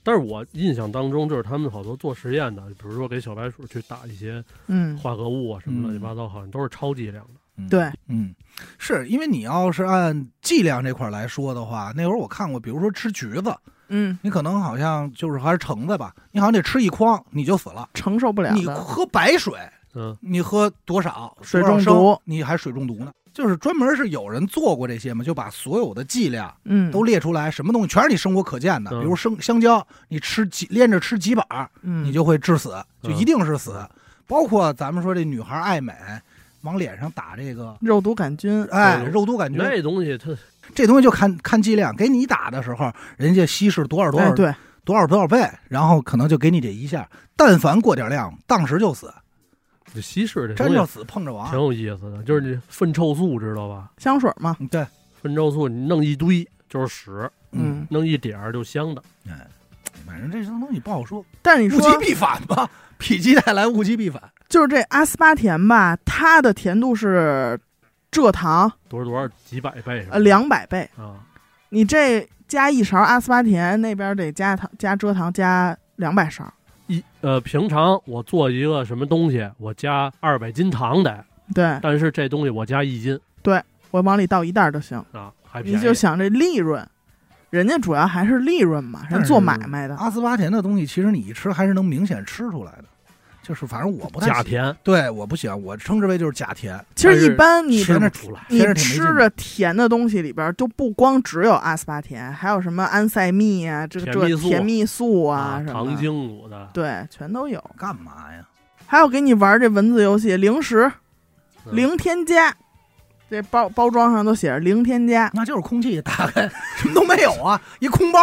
但是我印象当中，就是他们好多做实验的，比如说给小白鼠去打一些
嗯，
化合物啊什么乱七
嗯
八糟，好像都是超剂量的。
嗯
对，
嗯，是因为你要是按剂量这块儿来说的话，那会儿我看过，比如说吃橘子，
嗯，
你可能好像就是还是橙子吧，你好像得吃一筐你就死了，
承受不了
你
的，
喝白水
嗯，
你喝多少
水
多少
中毒
升你还水中毒呢？就是专门是有人做过这些嘛，就把所有的剂量
嗯，
都列出来，什么东西全是你生活可见的，
嗯
比如生香蕉，你吃几连着吃几板儿，
嗯
你就会致死，就
嗯
一定是死。包括咱们说这女孩爱美，往脸上打这个。
肉毒杆菌，
哎，
嗯
肉毒杆菌
那东西它
这东西就看看剂量，给你打的时候，人家稀释多少多
哎
少、
对，
多少多少倍，然后可能就给你这一下，但凡过点量，当时就死，
这稀释这
真
东
着
西
死碰着亡
挺。有意思的，就是你粪臭素知道吧？
香水嘛，
嗯对，
粪臭素你弄一堆就是屎，
嗯
嗯，
弄一点儿就香的。
哎，反正这些东西不好说，
但是你
物
说
极必反吧，否极泰来，物极必反。
就是这阿斯巴甜吧，它的甜度是蔗糖
多少多少几百倍什
呃
么的
两百倍，
啊，
你这加一勺阿斯巴甜，那边得加糖加蔗糖加两百勺，
一呃，平常我做一个什么东西，我加二百斤糖得，
对
但是这东西我加一斤
我往里倒一袋儿就行。
啊，还便宜。
你就想这利润，人家主要还是利润嘛，人做买卖的，
阿斯巴甜的东西，其实你一吃还是能明显吃出来的，就是反正我不太
假
喜，
甜，
对，我不喜欢，我称之为就是假甜。
其实
但是
一般你
吃
的
不
那
出来。
你
其实挺没
吃
劲的
着甜的东西里边，就不光只有阿斯巴甜，还有什么安赛蜜啊，这个
甜蜜
这
素
甜蜜素
啊，
什
糖
么的，
精骨的，
对，全都有。
干嘛呀？
还有给你玩这文字游戏，零食
嗯
零添加，这包包装上都写着零添加，
那就是空气打开 <laughs> 什么都没有啊，一空包。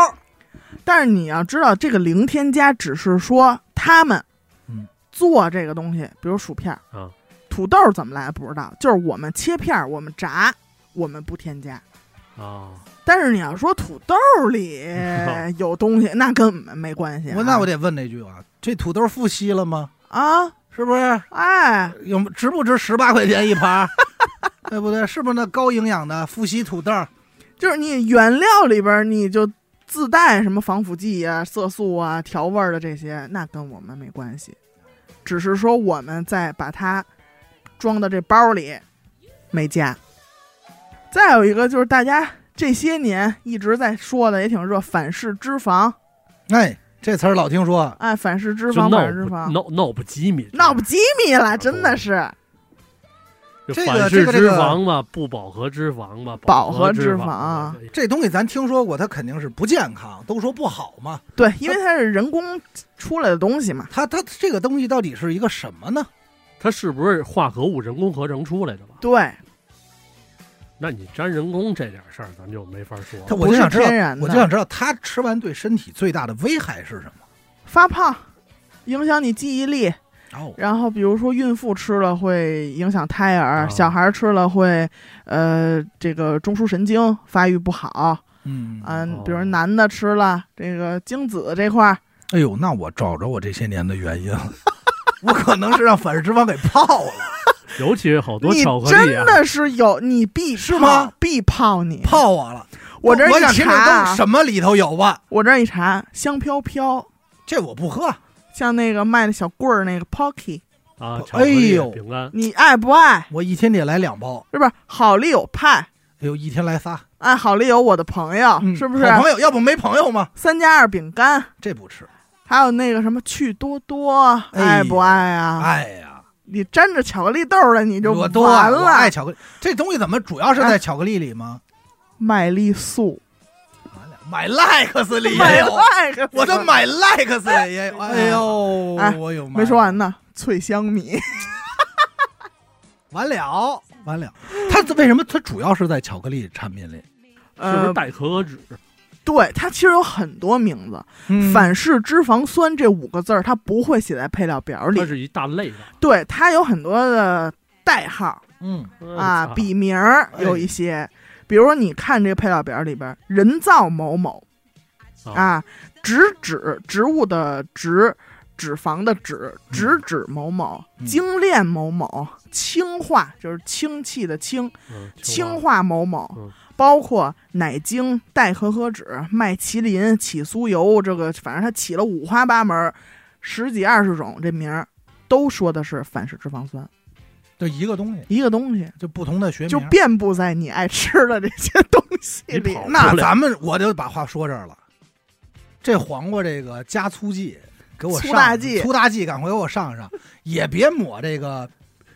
但是你要知道，这个零添加只是说他们
嗯
做这个东西，比如薯片儿
啊
土豆儿怎么来不知道，就是我们切片儿，我们炸，我们不添加。
啊，
但是你要说土豆儿里
<laughs>
有东西，那跟我们没关系啊、
我那我得问这句啊，这土豆富硒了吗？
啊，
是不是
哎，
有值不值十八块钱一盘儿？ <laughs> 对不对？是不是那高营养的富硒土豆？
就是你原料里边儿你就自带什么防腐剂啊、色素啊、调味儿的这些，那跟我们没关系，只是说我们在把它装到这包里没加。再有一个就是大家这些年一直在说的也挺热，反式脂肪，
哎，这词儿老听说，
哎，反式脂
就
肪，
闹
反式脂
不
肪，
闹闹不机敏，
闹不机密了，真的是
就
这个
反
这
式
个
脂肪嘛，不饱和脂肪嘛，
饱和
和
脂
脂
肪啊
对
这东西咱听说过，它肯定是不健康，都说不好嘛。
对，因为它是人工出来的东西嘛。
它它这个东西到底是一个什么呢？
它是不是化合物人工合成出来的吧？
对，
那你沾人工这点事儿，咱就没法说了。
它
不
我就是想知道
天然，的
我就想知道它吃完对身体最大的危害是什么。
发胖影响你记忆力，
哦，
然后比如说孕妇吃了会影响胎儿，
啊
小孩吃了会呃这个中枢神经发育不好，
嗯
嗯、
哦
比如男的吃了这个精子这块儿，
哎呦，那我找着我这些年的原因了， <laughs> 我可能是让反式脂肪给泡了，
尤其好多
你
巧克力
真
啊，
的是有你必
是吗
泡？必泡你，
泡我了。
<laughs> 我这儿
我
一
听
查
着都
啊，
什么里头有吧？
我这儿一查，香飘飘，
这我不喝，
像那个卖的小棍儿那个 Pocky，
啊，巧克力
哎呦
饼干，
你爱不爱？
我一天得来两包，
是不是？好丽友派，
哎呦，一天来仨，
哎，好丽友我的朋友，
嗯
是不啊是？
好朋友，要不没朋友吗？
三加二饼干，
这不吃。
还有那个什么趣多多，
哎
爱不爱啊？
哎呀，
你沾着巧克力豆儿了，你就
我多爱
完
我爱
了。啊
巧克力，这东西怎么主要是在巧克力里吗？
麦丽素，
完了买 Lex 里也
麦
有，
麦克，
哎我这买 Lex 也有。哎呦，
哎
我有
没说完，呢。脆香
<laughs>
米，
完了完了，它为什么它主要是在巧克力产品里？
是不
呃
是，带可可脂？
对，它其实有很多名字。
嗯
反式脂肪酸这五个字儿，它不会写在配料表
它
里，
是一大类的
对，它有很多的代号
嗯哎
啊，
我操
笔名儿有一些。比如说，你看这个配料表里边儿，人造某某，
啊，
啊，植脂植物的植，脂肪的脂，植脂某某，
嗯
精炼某某，氢化就是氢气的氢，
嗯
氢化某某，
嗯
包括奶精、代可可脂、麦淇淋、起酥油，这个反正它起了五花八门儿，十几二十种这名儿，都说的是反式脂肪酸，
就一个东西，
一个东西
就不同的学名。
就遍布在你爱吃的这些东西
你
里
跑。
那咱们我就把话说这儿了。这黄瓜这个加粗剂，给我上
粗大剂
粗大剂，赶快给我上上，也别抹这个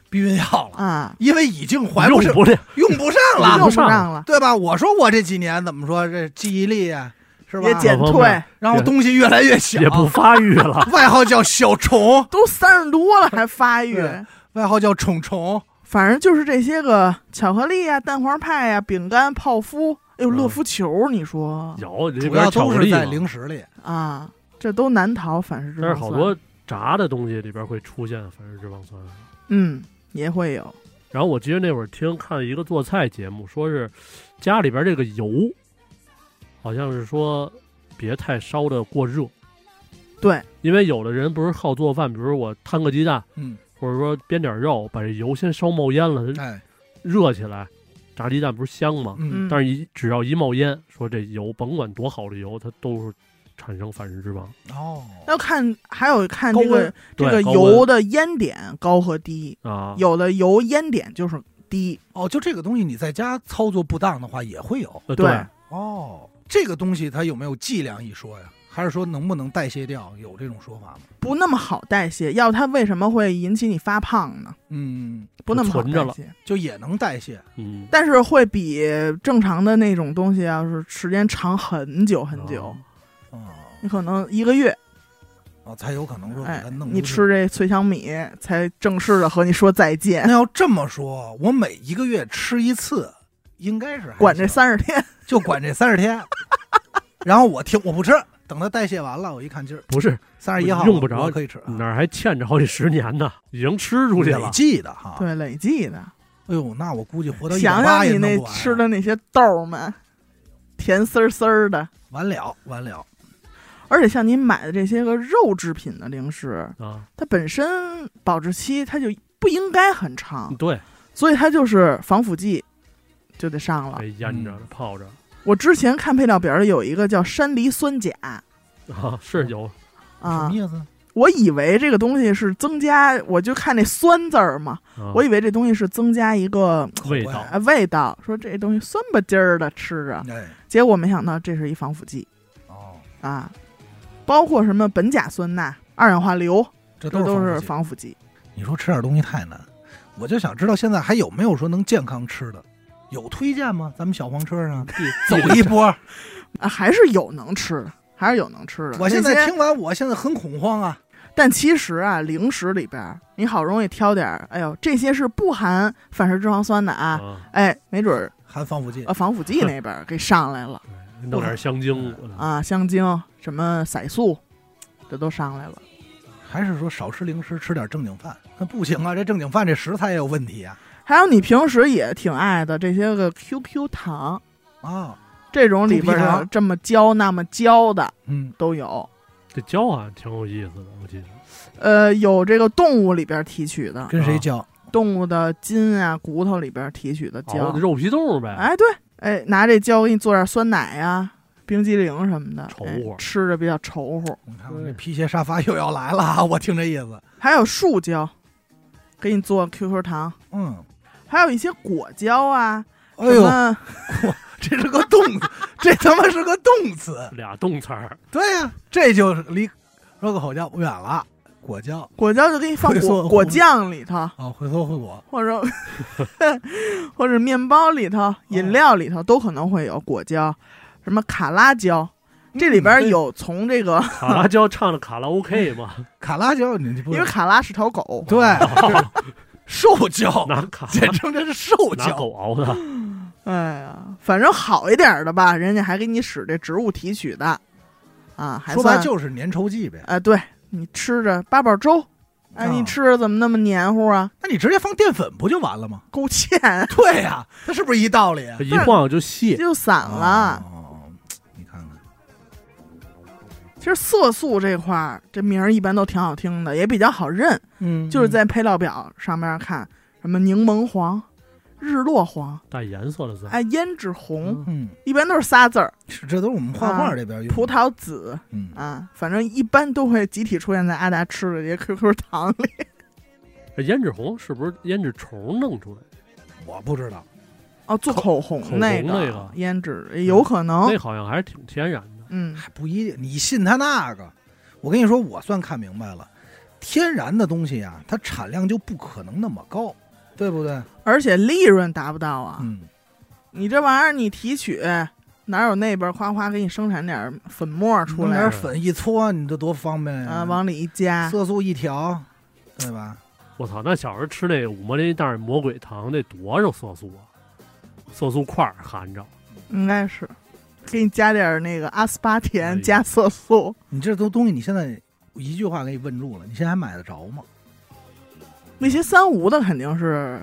避孕药了，
啊，
因为已经怀
用
不上，
不了，
用不上
用
了，
用
不
不
上
上了，
对吧？我说我这几年怎么说，这记忆力啊，是吧
也？减
各方
退
面。
然后东西越来越小，。
也不发育了
<laughs> 外号叫小虫，
都三十多了还发育，
对外号叫虫虫，
反正就是这些个巧克力呀、蛋黄派呀、饼干、泡芙，哎呦，
嗯
乐福球，你说
有里
主
边
要
巧
都
克
是
力嘛
在零食里。
啊，这都难逃反式脂肪
但
酸。
是好多炸的东西里边会出现反式脂肪酸。
嗯也会有
然后我记得那会儿听看一个做菜节目，说是家里边这个油，好像是说别太烧的过热。
对，
因为有的人不是好做饭，比如我摊个鸡蛋，
嗯，
或者说煸点肉，把这油先烧冒烟了，它
哎，
热起来，炸鸡蛋不是香吗？
嗯
嗯
但是一只要一冒烟，说这油甭管多好的油，它都是产生反式脂肪。
哦，
要看，还有看
高
这个
温
这个
对高
油的烟点高和低，
温啊，
有的油烟点就是低，
哦，就这个东西你在家操作不当的话也会有。
呃
对
对，
哦，这个东西它有没有剂量一说呀？还是说能不能代谢掉？有这种说法吗？
不那么好代谢。要它为什么会引起你发胖呢？
嗯，
不那么好
存着
代
了
谢，
就也能代谢。
嗯，
但是会比正常的那种东西啊要是时间长很久很久。
啊
哦，
你可能一个月
啊，才嗯有可能说给
哎
它弄。
你吃，这脆香米才正式的和你说再见
那，要这么说，我每一个月吃一次，应该是还
管这
行
三十天。
就管这三十天， <laughs> 然后我停，我不吃，等它代谢完了，我一看今儿
不是
三十一号
用不着
我可以吃啊，
哪儿还欠着好几十年呢，已经吃出去
累
了。
计的哈。
对，累计的。
哎呦，那我估计活到一百
想
八
想
也
你那
弄不完啊。
吃的那些豆儿们，甜丝儿丝儿的，
完了完了，
而且像你买的这些个肉制品的零食，
啊，
它本身保质期它就不应该很
嗯
长，
对，
所以它就是防腐剂就得上了
被。哎腌着
嗯
泡着啊
我之前看配料表里有一个叫山梨酸钾
啊，是有
什
啊
么，意思？
我以为这个东西是增加，我就看那酸字儿嘛，
啊
嗯
我以为这东西是增加一个
味
口
道
味
呃味道，说这东西酸不唧儿的吃着，
哎，
结果没想到这是一防腐剂。
哦，
啊，包括什么苯甲酸钠、二氧化硫，
这
这都
都
是
防腐剂
防腐剂。
你说吃点东西太难，我就想知道现在还有没有说能健康吃的，有推荐吗？咱们小黄车
<laughs>
上走一波。
啊，还是有能吃的，还是有能吃的。
我现
那些，
在听完，我现在很恐慌啊。
但其实啊，零食里边儿你好容易挑点儿，哎呦，这些是不含反式脂肪酸的啊，
啊，
哎，没准儿
含防腐剂
呃，防腐剂那边儿给上来了
弄点香精
啊，香精、什么色素，这都上来了。
还是说少吃零食，吃点正经饭？那不行啊，这正经饭这食材也有问题啊。
还有你平时也挺爱的这些个 QQ 糖，
啊，
这种里
猪皮
边儿
糖
这么焦那么焦的
嗯，
都有。
这胶啊，挺有意思的，我记得。
呃，有这个动物里边儿提取的，
跟谁交？
动物的筋啊、骨头里边提取的胶
哦
熬。的肉皮冻呗，
哎，对，哎，拿这胶给你做点酸奶呀、冰激凌什么的，
稠
哎
乎
吃着比较稠乎。
你看我这皮鞋沙发又要来了 <laughs> 啊，我听这意思。
还有树胶，给你做 QQ 糖，
嗯，
还有一些果胶啊，
哎呦
什，么
这是个动词， <laughs> 这他妈是个动词。
俩冻词儿，
对呀、这就是离说个口交不远了，果胶
果胶就给你放
会做
果果酱里头，
啊，回头会果。
或者 <laughs> 或者面包里头、
嗯
饮料里头都可能会有果胶，什么卡拉胶。
嗯
这里边有从这个，
卡拉胶唱的卡拉 OK
嗯
嘛，
卡拉胶，你不
因为卡拉是条狗，
对 <laughs> 兽
<laughs>
胶，
哦
拿卡
简称这是兽
拿
胶。
狗熬的，
哎呀，反正好一点儿的吧，人家还给你使这植物提取的，啊，还
说白
算
了就是粘稠剂呗。
啊，对你吃着八宝粥，哎，
啊
你吃着怎么那么黏糊啊？
那你直接放淀粉不就完了吗？
勾芡
对呀、它是不是一道理？啊
一晃就泄。
就散了。
哦，你看看，
其实色素这块儿，这名儿一般都挺好听的，也比较好认，
嗯
就是在配料表上面看什么柠檬黄、日落黄，
带颜色的字，
哎，胭脂红，
嗯
嗯，
一般都是仨字儿，
是这都是我们画画这边用的
啊葡，萄籽
嗯，
啊，反正一般都会集体出现在阿达吃的这些 QQ 糖里。
这哎胭脂红是不是胭脂虫弄出来的？
我不知道，
哦，做口红
口红
那
那个嗯
胭脂有可能
那，好像还是挺天然的。
嗯，
还不一定，你信他那个？我跟你说，我算看明白了，天然的东西啊，它产量就不可能那么高，对不对？
而且利润达不到啊。
嗯，
你这玩意儿你提取，哪有那边夸夸给你生产点儿粉末出
嗯
弄
来
点
啊、
粉一搓，你这多方便呀！
往啊里一加，
色素一调，对吧？
我操，那小时候吃那五毛钱一袋儿魔鬼糖，那多少色素啊？色素块儿含着，
应该是给你加点儿那个阿斯巴
哎
甜加色素，
你这都东西，你现在我一句话给你问住了，你现在还买得着吗？
那些三无的肯定是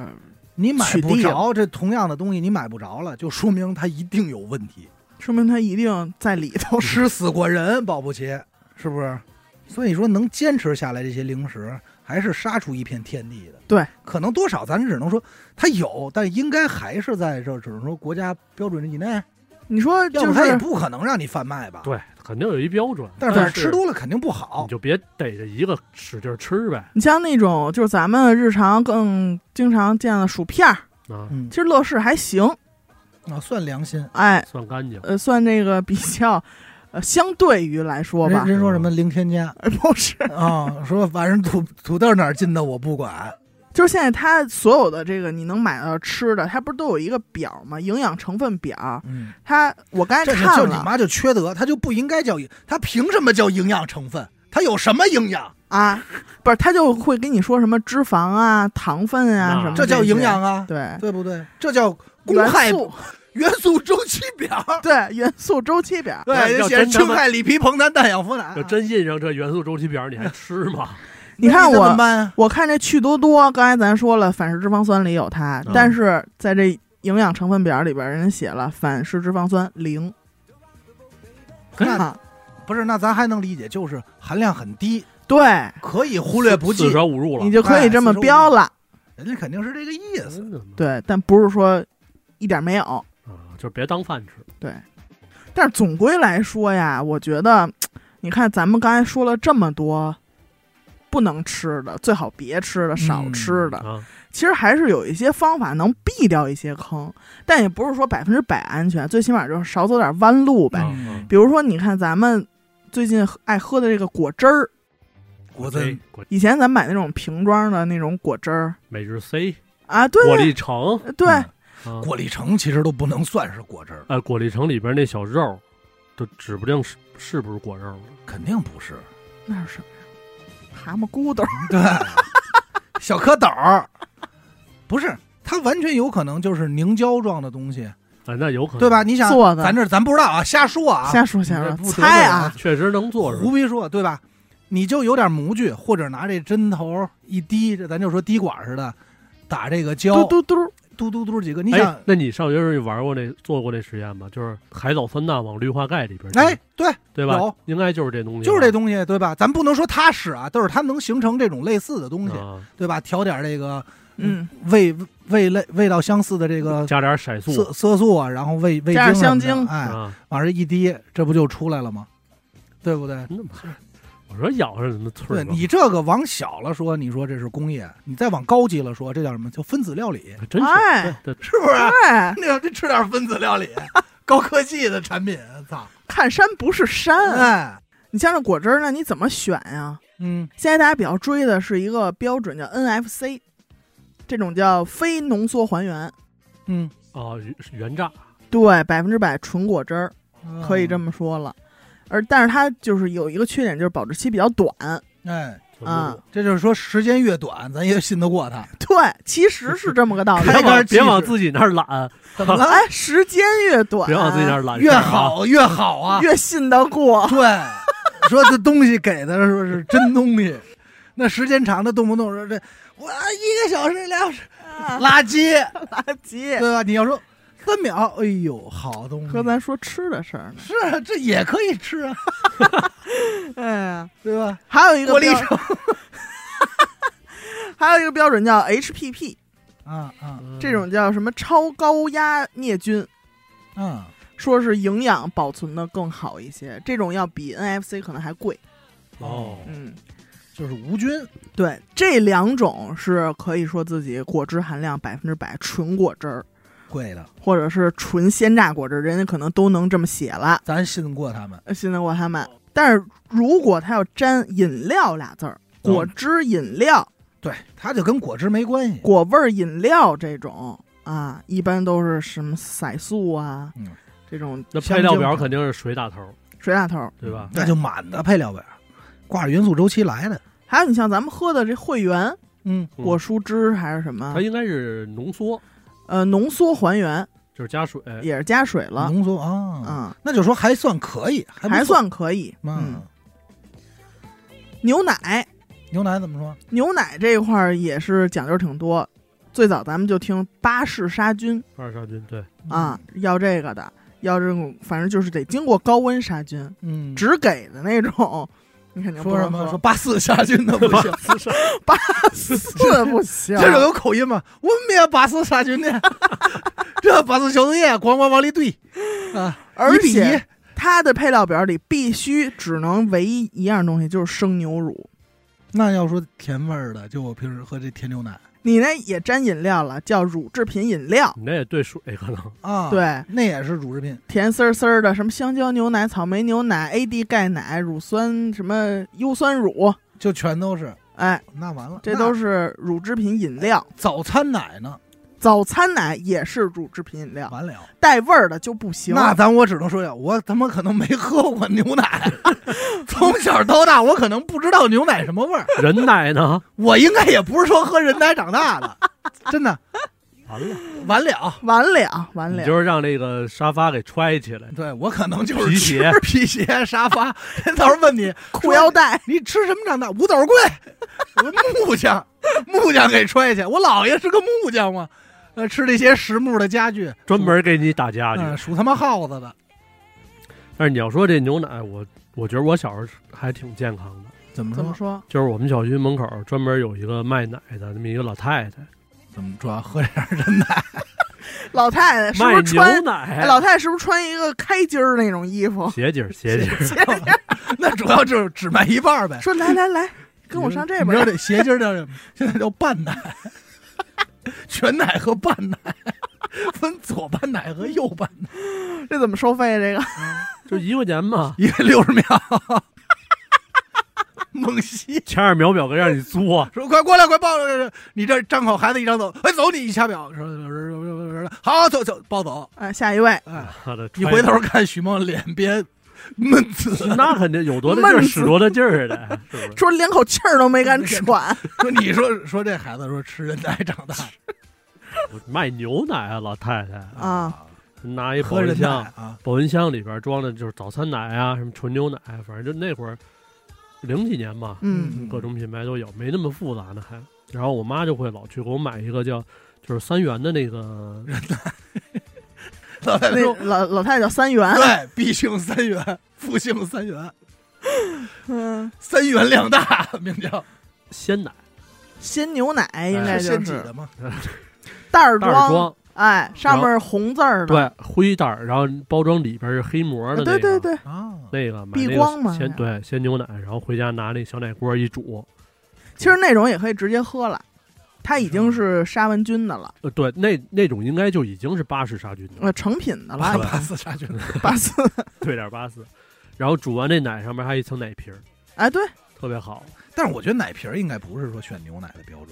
你买
取
不
缔
着这同样的东西，你买不着了，就说明它一定有问题，
说明它一定在里头。
吃死过人，保不齐是不是？所以说，能坚持下来这些零食，还是杀出一片天地的。
对，
可能多少咱只能说它有，但应该还是在这，只能说国家标准以内，
<laughs> 你说
要
就
不它也
是
不可能让你贩卖吧。，
对，肯定有一标准。
但
但
是反正吃多了肯定不好
你。就别逮着一个使劲儿吃呗
你像那种就是咱们日常更经常见的薯片儿，
啊，
嗯
其，实乐事还行，
啊，算良心。
哎，
算干净。
呃，算这个比较，呃，相对于来说吧
人，人说什么零添加
呃 <laughs> 不是，
啊？说反正土土豆哪儿进的我不管。
就是现在它所有的这个你能买到吃的，它不是都有一个表吗？营养成分表，
嗯，
它我刚才
这是
看
就你
了，
妈就缺德，她就不应该叫营，她凭什么叫营养成分？它有什么营养？
啊，不是，他就会跟你说什么脂肪啊、糖分啊
那
什么，
这叫营养，啊，
对，
对不对？这叫公
元
害
素，
元素周期表。
<laughs> 对，元素周期表，啊
那
对，
要
写着
真他
氢
妈
氦锂铍硼氮氮氧氟
呃
氖。
要真印上这元素周期表，你还吃吗？
你看
那怎么
我，
办啊？
我看这趣多多，刚才咱说了，反式脂肪酸里有它，
嗯
但是在这营养成分表里边，人家写了反式脂肪酸零，
那
啊，
不是，那咱还能理解，就是含量很低，
对，
可以 <laughs> 忽略不计
四。舍五入了
你。就可以这么标了，
人家肯定是这个意思。
真的吗？
对，但不是说一点没有，
啊，就是别当饭吃。
但是总归来说呀，我觉得，你看咱们刚才说了这么多不能吃的，最好别吃的、少吃的，
啊，
其实还是有一些方法能避掉一些坑，但也不是说百分之百安全，最起码就是少走点弯路
哎
呗。
嗯
比如说，你看咱们最近喝爱喝的这个果汁儿，
果真
果
以前咱买那种瓶装的那种果汁儿
每日 C
啊，对
果粒橙，
对，
嗯
啊
果粒橙其实都不能算是果汁儿，
哎，果粒橙里边那小肉，都指不定是是不是果肉了。
肯定不是。
那是什么呀？蛤蟆骨头儿，
对，小蝌蚪儿，不是，它完全有可能就是凝胶状的东西，
哎，那有可能
对吧？？你想，
做的
咱这咱不知道啊，瞎说啊，
瞎说瞎
你这
说，
不得
猜
了
啊，
确实能做出
胡
来。
逼说，对吧？你就有点模具，或者拿这针头一滴，这咱就说滴管似的，打这个胶，
嘟嘟嘟，
嘟嘟嘟几个。你想
哎，，那你上学时候玩过那做过那实验吗？就是海藻酸钠往氯化钙里边，
哎，，对，
对吧
有？
应该就是这东西吧，
就是这东西，对吧？咱不能说它使啊，但是它能形成这种类似的东西，
啊，
对吧？调点这个
嗯，
味味类味道相似的这个
加点色素
色色素啊，然后味味精
加点
什么的
香精
哎，
啊。
往这一滴，这不就出来了吗？对不对？
那么我说咬上怎么脆
对
儿吧？
你这个往小了说，你说这是工业；你再往高级了说，这叫什么？叫分子料理，
真是
哎
对对
是啊不是？
对，
<laughs> 那这吃点分子料理，高科技的产品，操！
看山不是山，啊
哎，
你像这果汁儿呢，你怎么选呀？
嗯，
现在大家比较追的是一个标准叫 NFC，这种叫非浓缩还原，
嗯，
啊，原榨
对，百分之百纯果汁儿，可以这
么
么说了。而但是它就是有一个缺点，就是保质期比较短。
哎，
啊
这就是说时间越短，咱越信得过
<laughs>
它。
对，其实是这么个道理
开。
<laughs> 别
杆
往
技
别
术
往自己那儿揽，
怎么了？哎
哎，时间越短，
别往自己那儿啊揽，
啊越好越好啊！
越信得过。
对， <laughs> 说这东西给的说是真东西，那时间长的动不动说这我一个小时两小时
啊
垃圾，
<laughs> 垃圾
对，吧？你要说三秒，哎呦，好东西
和，咱说吃的事儿呢。
是啊这也可以吃啊，
哎呀，
对吧？
还有一个
玻璃
标， <laughs> 还有一个标准叫 HPP，
啊啊
嗯
这种叫什么超高压灭菌。
啊！
说是营养保存的更好一些，这种要比 NFC 可能还贵。
哦，
嗯，
就是无菌，
对，这两种是可以说自己果汁含量百分之百纯果汁儿，
贵的，
或者是纯鲜榨果汁，人家可能都能这么写了，
咱信得过他们。
信得过他们。但是如果他要沾饮料俩字儿，
嗯
果汁饮料、
对，它就跟果汁没关系。
果味儿饮料这种啊，一般都是什么色素啊，
嗯
这种
那配料
香
表
精
肯定是水打头，
水大头儿。
对吧？
那就满的配料表，挂着元素周期来的。
还有你像咱们喝的这汇源
嗯，
嗯
果蔬汁还是什么
它，应该是浓缩，
呃，浓缩还原。
就是加水，
哎
也是加水了，
浓缩啊，
嗯，
那就说还算可以，还不
还
错。
算可以。嗯
嗯，，
牛奶，
牛奶怎么说？
牛奶这一块儿也是讲究挺多。最早咱们就听巴氏杀菌
巴尔杀菌，对， <laughs>
嗯
啊，要这个的，要这种，反正就是得经过高温杀菌，
嗯，
只给的那种，你肯定不
说
能
什么？
喝
说八四杀菌的不行，
四不行，
这种有口音吗？我们也八四杀菌
<laughs>
的，这八四消毒液咣咣往里兑啊，
而
一比一
且它的配料表里必须只能唯一一样东西，就是生牛乳。
那要说甜味儿的，就我平时喝这甜牛奶
你那也沾饮料了，叫乳制品饮料，
你那也兑水可能，
啊，，
对，
那也是乳制品，
甜丝儿丝儿的，什么香蕉牛奶、草莓牛奶、AD 钙奶、乳酸什么优酸乳，
就全都是。
哎，
那完了，
这都
是
是乳制品饮料。
早餐奶呢，
早餐奶也是乳制品饮料，
完了。
带味儿的就不行。
那咱我只能说呀，我他妈可能没喝过牛奶，从小到大我可能不知道牛奶什么味儿，
人奶呢？
我应该也不是说喝人奶长大的，真的
完了，
完了。
完了完
你
了，
就是让这个沙发给揣起来，
对我可能就是
皮鞋
吃皮鞋、沙发，人到时候问你
裤腰带
你吃什么长大？五斗柜，我木匠，木匠给揣去。我姥爷是个木匠嘛，呃，吃这些实木的家具，
专门给你打家具。
嗯、属他妈耗子的。
但是你要说这牛奶，我我觉得我小时候还挺健康的，
怎么
怎么说？
就是我们小区门口专门有一个卖奶的那么一个老太太，
怎么主要喝点人奶？
老太
呃
太是不
嗯卖
是穿
牛？奶，
哎老太太是不是穿一个开襟儿那种衣服？
鞋底儿鞋底儿，
<laughs> 那主要就是只卖一半儿呗。
说来来来，跟我上这边
你知
儿。
道
<laughs>
这鞋尖儿叫什么？现在叫半奶，全奶和半奶，分左半奶和右半奶，
这怎么收费？啊这个
就一块钱嘛，
一个六十 <laughs> 秒。梦溪
前二秒表格让你作，
说：“快过来，快抱着你这张口孩子一张走，哎，走你一掐表，说好走走抱走。
哎，下一位，
哎，
妈啊的
你
揣
回头看许梦脸别闷紫，
那肯定有多大劲儿使多大劲儿的，是不是？
说连口气儿都没敢
<laughs>
喘，
说你说说这孩子说吃人奶长大
我卖牛奶啊，老太太
啊，
拿一保
喝
温
人奶
箱，
啊，
保温箱里边装的就是早餐奶啊，什么纯牛奶，反正就那会儿零几年吧，
嗯，
各种品牌都有，没那么复杂呢还。然后我妈就会老去给我买一个叫就是三元的
<laughs>
那个，
老太太
那
说
<laughs>
老老太太叫三元，
对，必姓三元，复姓三元，
嗯，
三元量大， <laughs> 名叫
鲜奶
鲜牛奶
哎
应该
是
就
先挤
是
的吗？
袋儿
袋儿装，
哎，上面红字儿的，
对，灰袋儿，然后包装里边是黑膜
啊
的那
对对
个，
对，
啊，
那个买那
避
个
光嘛
鲜对鲜牛奶，然后回家拿那小奶锅一煮，
其实那种也可以直接喝了，它已经是杀蚊菌的了，
呃，对，那那种应该就已经是巴氏杀菌
<laughs>
的，
呃，成品的
啊
八
了，
八四杀菌，
八四，
对点八四，然后煮完那奶上面还有一层奶皮儿，
<laughs> 哎，对，
特别好。
<laughs> 但是我觉得奶瓶儿应该不是说选牛奶的标准，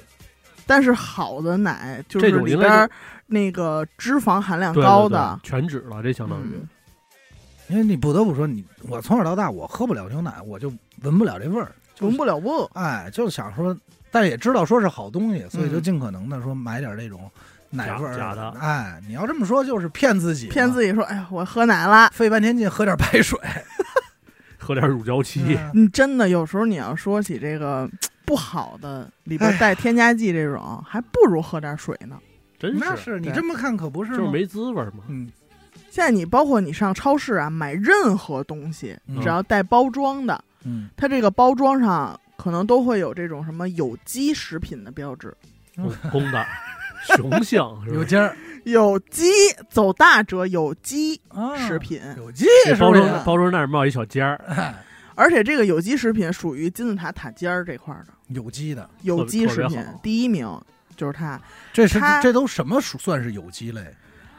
但是好的奶就是
这种
里
应该
边
就
儿那个脂肪含量
对对
高
对
的，
全脂了，这相当于
嗯，
因为你不得不说你，我从小到大我喝不了牛奶，我就闻不了这味儿，
闻不了不，
哎，就是想说，但是也知道说是好东西，所以就
嗯
尽可能的说买点儿这种奶味儿
假假的
哎，你要这么说就是骗自己嘛，
啊
骗自己说，哎呀，我喝奶了。
费半天劲喝点白水，
喝点乳胶漆，
嗯
你真的有时候你要说起这个不好的里边
哎
带添加剂这种，还不如喝点水呢。
真
那
是
是你
对
这么看可不是
就是
吗
没滋味儿嘛。
嗯，
现在你包括你上超市啊，买任何东西，
嗯
只要带包装的，
嗯，
它这个包装上可能都会有这种什么有机食品的标志，
公公
<laughs>
的，雄性是
有
吧？
劲儿
有机走大者有机
啊
食品，
有劲
这
是啊
包
不
装
是？
包装那儿冒一小尖儿，
而且这个有机食品属于金字塔塔尖儿这块儿的
有机的，
有机食
特
品
别好
第一名就是它。
这是
它
这都什么属算是有机类？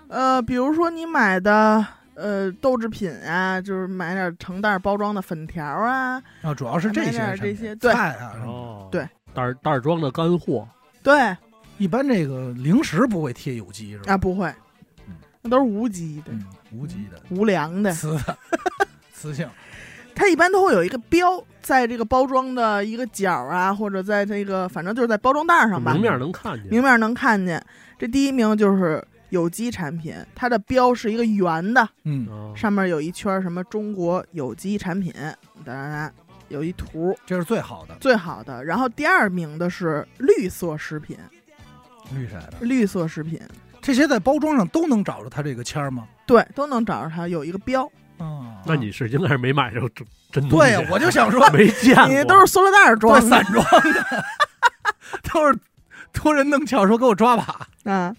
呃，比如说你买的呃豆制品啊，就是买点成袋儿包装的粉条啊，
啊，主要是这
买
些
点儿
产
这
品
些对
菜啊什么的。
哦，
对，
袋儿袋儿装的干货，
对
一般这个零食不会贴有机是吧？
啊，不会
嗯，
那都是无机的、
嗯，无机的，
无良的，
雌的， <laughs> 雌性。
它一般都会有一个标，在这个包装的一个角儿啊，或者在这个反正就是在包装袋上吧，
明面能看见
明。面能看见。这第一名就是有机产品，它的标是一个圆的，
嗯，
哦
上面有一圈儿什么中国有机产品，哒哒哒，有一图
这是最好的
最好的。然后第二名的是绿色食品，
绿色的。
绿色食品
这些在包装上都能找着它这个签儿吗？
对都能找着它，有一个标。
啊
那你是应该是没买着真真东
对
西
哎呀，
<laughs>
我就想说
没见
你
过，
都是塑料袋儿
都
装
是
的
散装的，都是托人弄巧说给我抓把。
啊？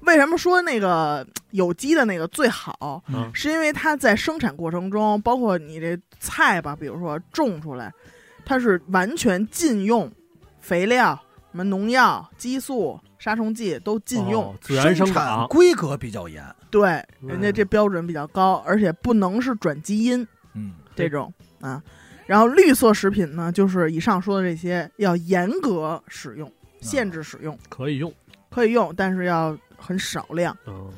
为什么说那个有机的那个最好？
嗯
啊
是因为它在生产过程中，包括你这菜吧，比如说种出来，它是完全禁用肥料、什么农药、激素、杀虫剂都禁用。
哦自然生
产
长，
规格比较严。
对，
嗯
人家这标准比较高，而且不能是转基因
嗯，
这种啊。然后绿色食品呢，就是以上说的这
啊
些，要严格使用、限制使用，
可以用。
可以用，但是要很少量。
嗯，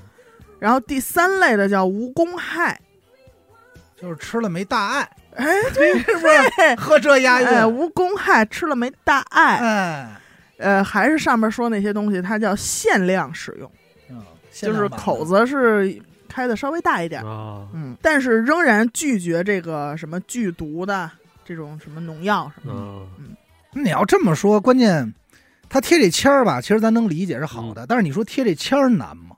然后第三类的叫无公害，
就是吃了没大碍， <laughs>
哎，
是不是？
对，
喝这押
哎，
韵，
无公害吃了没大碍，
哎，
呃，还是上面说那些东西，它叫限量使用，
嗯限
就是
量版的
口子是开的稍微大一点儿，
啊，
嗯，但是仍然拒绝这个什么剧毒的这种什么农药什么的。
嗯，
你要这么说，关键他贴这签儿吧，其实咱能理解是好的，但是你说贴这签儿难吗？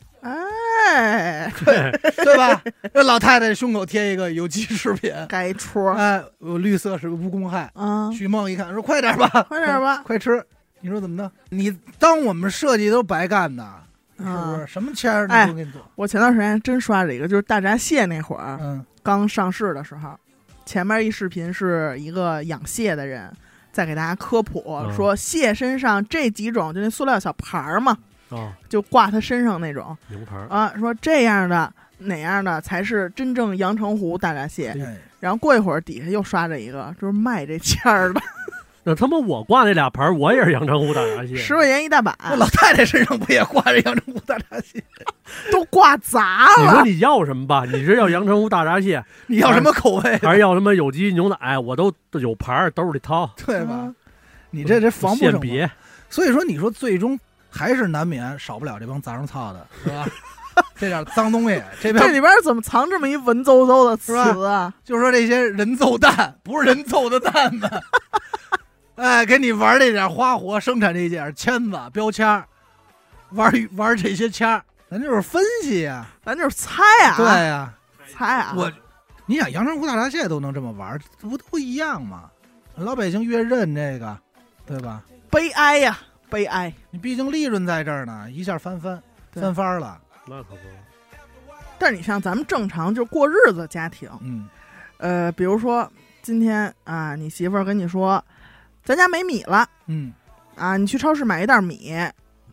嗯
哎，
对，
对吧？这老太太胸口贴一个有机食品，
该戳儿
哎，我绿色是无公害。
啊，
许梦一看说：“快点吧，
快点吧
快吃！”你说怎么的？你当我们设计都白干的，是不
啊
是？什么签儿
哎
你都给你做，
我前段时间真刷了一个，就是大闸蟹那会儿
嗯
刚上市的时候，前面一视频是一个养蟹的人在给大家科普，
嗯
说蟹身上这几种就那塑料小牌儿嘛，
啊，
就挂它身上那种
名牌儿，
啊，说这样的哪样的才是真正阳澄湖大闸蟹。
哎
然后过一会儿底下又刷着一个，就是卖这签儿的，
那他妈我挂那俩牌儿，我也是阳澄湖大闸蟹，
十块钱一大把，
那老太太身上不也挂着阳澄湖大闸蟹？
都挂砸
你说
了。
你要什么吧？你是要阳澄湖大闸蟹，
你要什么口味？ <laughs>
还是要什么有机牛奶？我都都有牌儿，兜里
<laughs>
掏。
对吧
嗯？
你这这防不
现
胜防。
别，
所以说，你说最终还是难免少不了这帮杂种操
<laughs>
的，是吧？这点脏东西，这
这
边
里边怎么藏这么一文绉绉的词
是
啊？
就是说这些人揍蛋，不是人揍的
<laughs>
蛋子，哎，给你玩这点花活，生产这点签子、标签儿，玩玩这些签儿，咱就是分析呀、
咱就是猜啊，
对，呀、
猜啊，
我，你想阳澄湖大闸蟹都能这么玩，这不都一样吗？老百姓越认这个，对吧？
悲哀呀、悲哀。
你毕竟利润在这儿呢，一下翻番
对
翻番儿了，
那可不，
但是你像咱们正常就过日子的家庭，
嗯
呃，比如说今天啊，你媳妇儿跟你说，咱家没米了
嗯。
啊，你去超市买一袋米，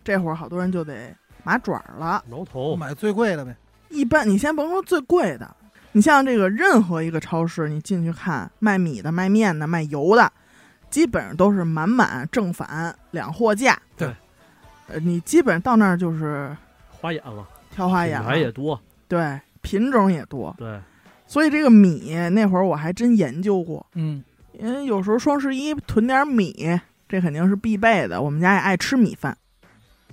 这会儿好多人就得麻爪儿了。
挠头，
买最贵的呗。
一般你先甭说最贵的，你像这个任何一个超市，你进去看卖米的、卖面的、卖油的，基本上都是满满正反两货架。
对，
呃，你基本到那儿就是
花眼了，
挑花眼
品
了
牌，也多，
对，品种也多，
对，
所以这个米那会儿我还真研究过，
嗯，
因为有时候双十一囤点米，这肯定是必备的。我们家也爱吃米饭，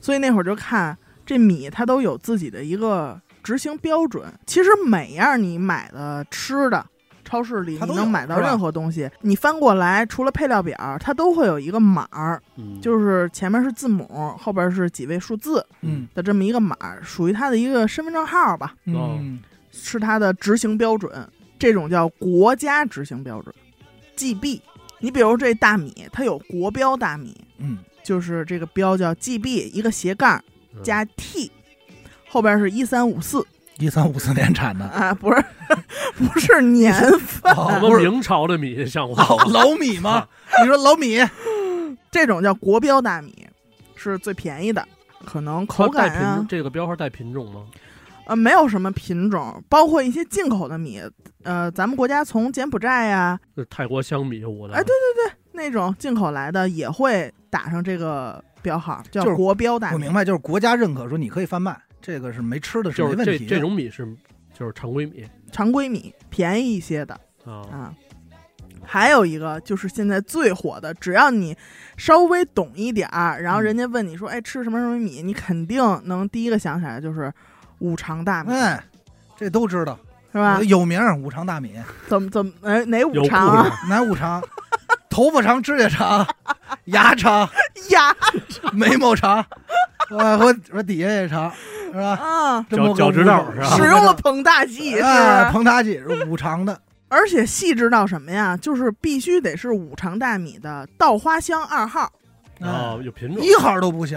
所以那会儿就看这米它都有自己的一个执行标准。其实每样你买的吃的。超市里
它
你
都有
能买到
是吧
任何东西，你翻过来，除了配料表，它都会有一个码儿，
嗯，
就是前面是字母，后边是几位数字
嗯
的这么一个码儿，属于它的一个身份证号吧。
嗯，
是它的执行标准，这种叫国家执行标准，GB。你比如这大米，它有国标大米，
嗯，
就是这个标叫 GB，一个斜杠
嗯
加 T，后边是一三五四
一三五四年产
嗯
的，
啊，不是不是
<laughs>
年份，
哦
什么明朝的米像话 <laughs>
老 <laughs> 老米吗？你说老米，
这种叫国标大米，是最便宜的，可能
它
口感
带品
啊
种，，这个标号带品种吗？
呃，没有什么品种，包括一些进口的米，呃，咱们国家从柬埔寨呀、
那泰国香米，我的，
哎对那种进口来的也会打上这个标号，叫
就是
国标大
我
米。
明白，就是国家认可，说你可以贩卖，这个是没吃的是
就
没
是
问
这
啊
题的。
这种米是就是常规米
常规米便宜一些的
啊，
啊。还有一个就是现在最火的，只要你稍微懂一点儿，然后人家问你
嗯
说：“哎，吃什么什么米？”你肯定能第一个想起来就是五常大米，
哎，这都知道，
是吧
我？有名儿五常大米， <laughs>
怎么怎么哎哪
有
五
故事
常啊？
哪五常？头发长，指甲长， <laughs> 牙长， <laughs>
呀
眉毛长， <laughs> 呃，我我底下也长，是吧？
啊！
这么
脚脚趾头
五
是
种
吧
使用了膨大剂是
哎，
吧？
膨大剂是五常的，
而且细致到什么呀？就是必须得是五常大米的稻花香二号，
哎
啊，有品种，
一号都
<laughs>
不行，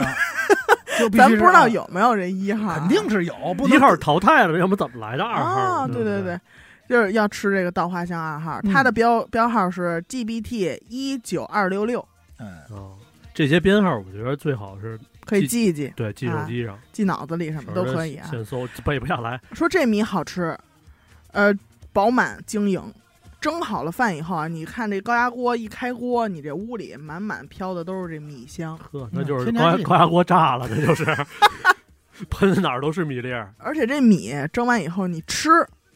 就必须
咱
是
不知道
二
有没有这一号啊，
肯定是有，不能
一号淘汰了，要不怎么来的二
啊，
号呢？
对对
对不
对，就是要吃这个稻花香二号，它
嗯
的标标号是 GBT 一九二六六，
嗯，
对，啊，这些编号我觉得最好是
可以
记
记一记，
对记手机上，
记脑子啊里什么都可以啊。
现搜背不下来，
说这米好吃，呃，饱满晶莹。蒸好了饭以后啊，你看这高压锅一开锅，你这屋里满满飘的都是这米香。
呵，那就是
添加
高压
<laughs>
剂
高压锅炸了，那就是喷的哪儿都是米粒儿。
而且这米蒸完以后，你吃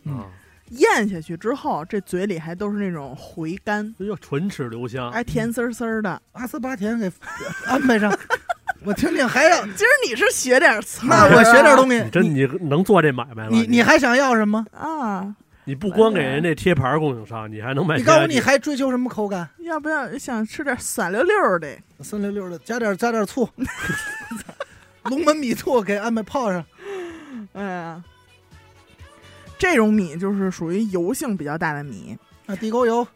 嗯
啊，
咽下去之后，这嘴里还都是那种回甘，
这叫唇齿留
啊
香。
还
嗯
甜丝丝儿的。
阿斯巴甜给安排上，我听听还
<laughs>
要，
今儿你是学点词儿
哎那
啊，
我学点东西，
你真
你
你能做这买卖吗？
你你还想要什么？
啊，
你不光给人家贴牌儿供应商，你还能卖
你
添
告
加
诉
剂？
你还追求什么口感？
要不要想吃点散溜溜的？
酸溜溜的，加点加点醋，龙门米醋给安排泡上。
哎呀，这种米就是属于油性比较大的米，
啊，地沟油，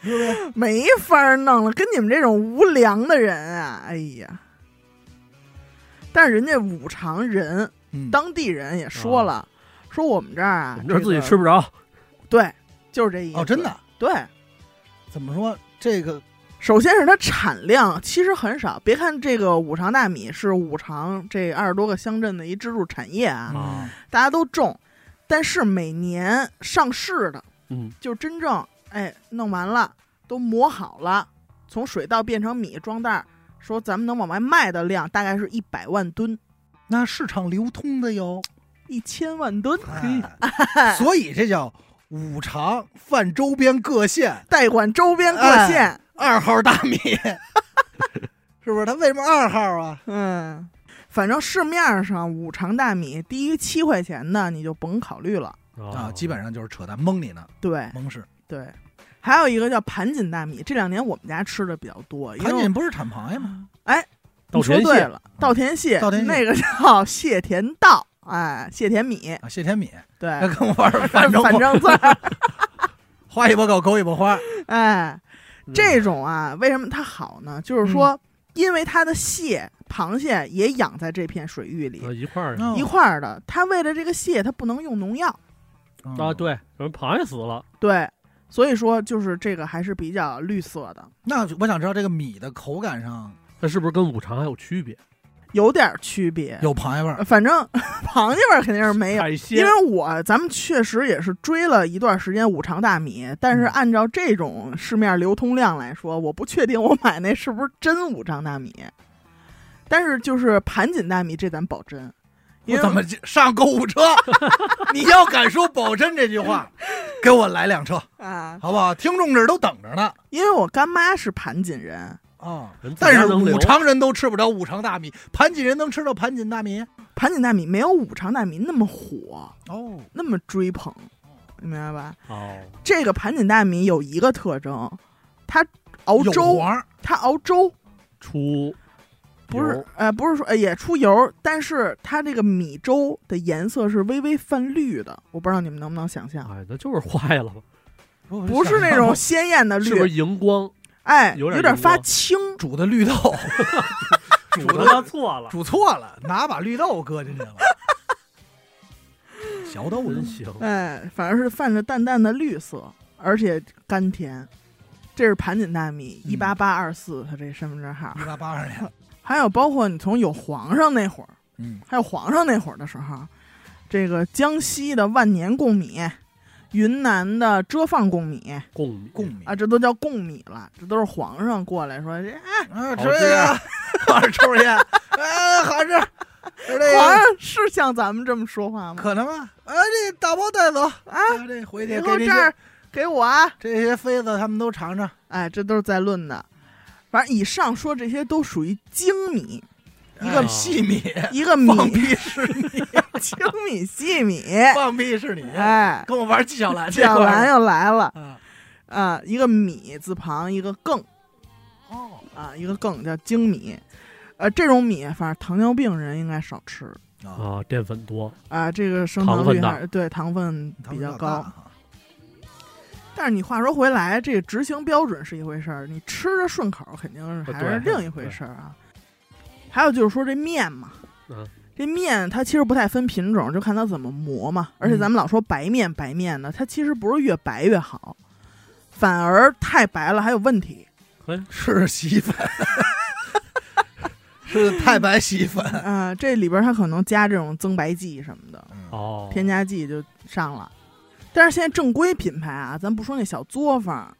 是不是？
没法儿弄了，跟你们这种无良的人啊，哎呀！但是人家五常人，
嗯啊
当地人也说了，说我们这儿
我
啊，
们这儿自己
个
吃，不着，
对，就是这意思。
哦，真的？
对，
怎么说这个？
首先是它产量其实很少，别看这个五常大米是五常这二十多个乡镇的一支柱产业啊，
嗯
啊
大家都种，但是每年上市的
嗯，
就真正哎弄完了都磨好了，从水稻变成米装袋儿，说咱们能往外卖的量大概是一百万吨，
那市场流通的哟，
一千万吨，
哎所以这叫五常泛周边各县
代管周边各县。
二号大 <laughs> 米，是不是？它为什么二号啊？
嗯，反正市面上五常大米低于七块钱的你就甭考虑了。
啊，
基本上就是扯淡，蒙你呢，
对
蒙是。
对，还有一个叫盘锦大米，这两年我们家吃的比较多。因为
盘锦不是产螃蟹吗？
哎，
稻
你说
田
对
蟹
了，稻田蟹，
嗯稻田蟹
那个叫蟹田稻，哎，蟹田米，
啊，谢天米，
对，
他跟我玩儿 <laughs> 反正
反正字儿，
<laughs> 花一波狗，狗一波花，
哎，
嗯
嗯
这种啊，为什么它好呢？就是说，因为它的蟹，螃蟹也养在这片水域里、
啊一块儿
嗯
一块儿的，它为了这个蟹，它不能用农药，
嗯
啊，，对，什么螃蟹死了，
对，所以说就是这个还是比较绿色的，
那我想知道这个米的口感上
它是不是跟五常还有区别？
有点区别。
有螃蟹味儿
呃，反正 <laughs> 螃蟹味儿肯定是没有，
海
因
鲜
为我咱们确实也是追了一段时间五常大米，但是
嗯
按照这种市面流通量来说，我不确定我买那是不是真五常大米。但是就是盘锦大米，这咱保真，因为
我怎么就上购物 <laughs> 车？你要敢说“保真”这句 <laughs> 话，给我来辆车，
啊？
好不好？听众这儿都等着呢
因为我干妈是盘锦人，
啊！
人自
但
家
是
能留
五常人都吃不着五常大米，盘锦人能吃到盘锦大米
盘锦大米没有五常大米那么火，
哦。
那么追捧，你明白吧？
哦，
这个盘锦大米有一个特征，它熬
有
粥，
黄儿
它熬粥
出
不是
油，
呃，不是说、呃、也出油，但是它这个米粥的颜色是微微泛绿的，我不知道你们能不能想象，
哎，那就是坏了吧？
不是那种鲜艳的绿，
是不是
<laughs>
荧光
哎，
有点啊
点
荧
发
光
青，
煮的绿豆， <laughs>
煮的错了？
煮错了，拿把绿豆搁进去了，小豆子
真行，
哎，反而是泛着淡淡的绿色，而且甘甜。这是盘锦大米，
嗯
一八八二四，它这身份证号
一。八八二年，
还有包括你从有皇上那会儿，
嗯，
还有皇上那会儿的时候，这个江西的万年贡米，云南的遮放贡米，
贡
<laughs>
米
贡米
啊，这都叫贡米了，这都是皇上过来说，这、哎
啊，
好
吃这个， <laughs> 好吃抽烟，哎，好吃，吃这
皇
个
上是像咱们这么说话吗？
可能啊，啊，这打包带走
啊，
啊，这回
以
去
后
给这
这
些
儿给我啊，
这些妃子他们都尝尝，
哎，这都是在论的。反正以上说这些都属于精米，一个
哎细米，
一个米
放屁是你，
精米细米，
放屁是你，
哎，
跟我玩纪晓岚这块
讲
儿，
完又来了
啊，
啊、一个米字旁，一个更
哦，
啊、一个更叫精米，呃，这种米反正糖尿病人应该少吃
啊，
啊，淀粉多，
啊、这个升
糖
糖
分
率
大
还是对糖分
他
比
们
较
大
高。
哈，
但是你话说回来，这个执行标准是一回事儿，你吃着顺口肯定是
对
还是另一回事儿啊。还有就是说这面嘛，
嗯
这面它其实不太分品种，就看它怎么磨
嗯
嘛。而且咱们老说白面白面的，它其实不是越白越好，反而太白了还有问
<laughs>
题。
哎
是洗衣粉，是太白洗衣粉，
啊、这里边它可能加这种增白剂什么的，
哦，
添加剂就上了。但是现在正规品牌啊，咱不说那小作坊，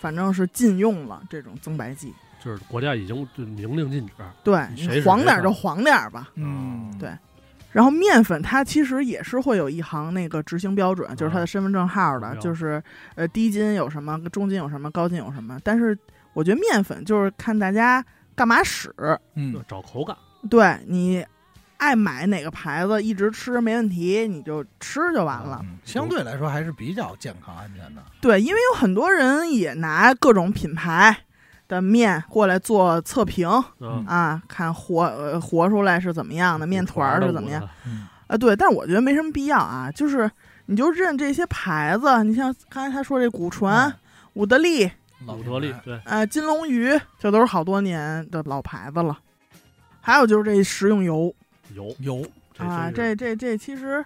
反正是禁用了这种增白剂。
就是国家已经就明令禁止。
对
你谁，是
黄
谁
点儿
放
就黄点儿吧。
嗯，
对然后面粉它其实也是会有一行那个执行标准，就是它的身份证号的，
嗯
就是呃低筋有什么，中筋有什么，高筋有什么。但是我觉得面粉就是看大家干嘛使，
嗯，
找口感，啊
对你爱买哪个牌子，一直吃没问题，你就吃就完了。
嗯，相对来说还是比较健康安全的。
对，因为有很多人也拿各种品牌的面过来做测评
嗯，
啊，看和呃和出来是怎么样的，面团儿是怎么样
骨
嗯
啊？对，但我觉得没什么必要啊，就是你就认这些牌子，你像刚才他说这
嗯
古纯、伍德利、
头的？
老
骨头粒
品牌，
对，
呃金龙鱼，这都是好多年的老牌子了。还有就是这食用油，
有
有
啊，
真是
这这这其实，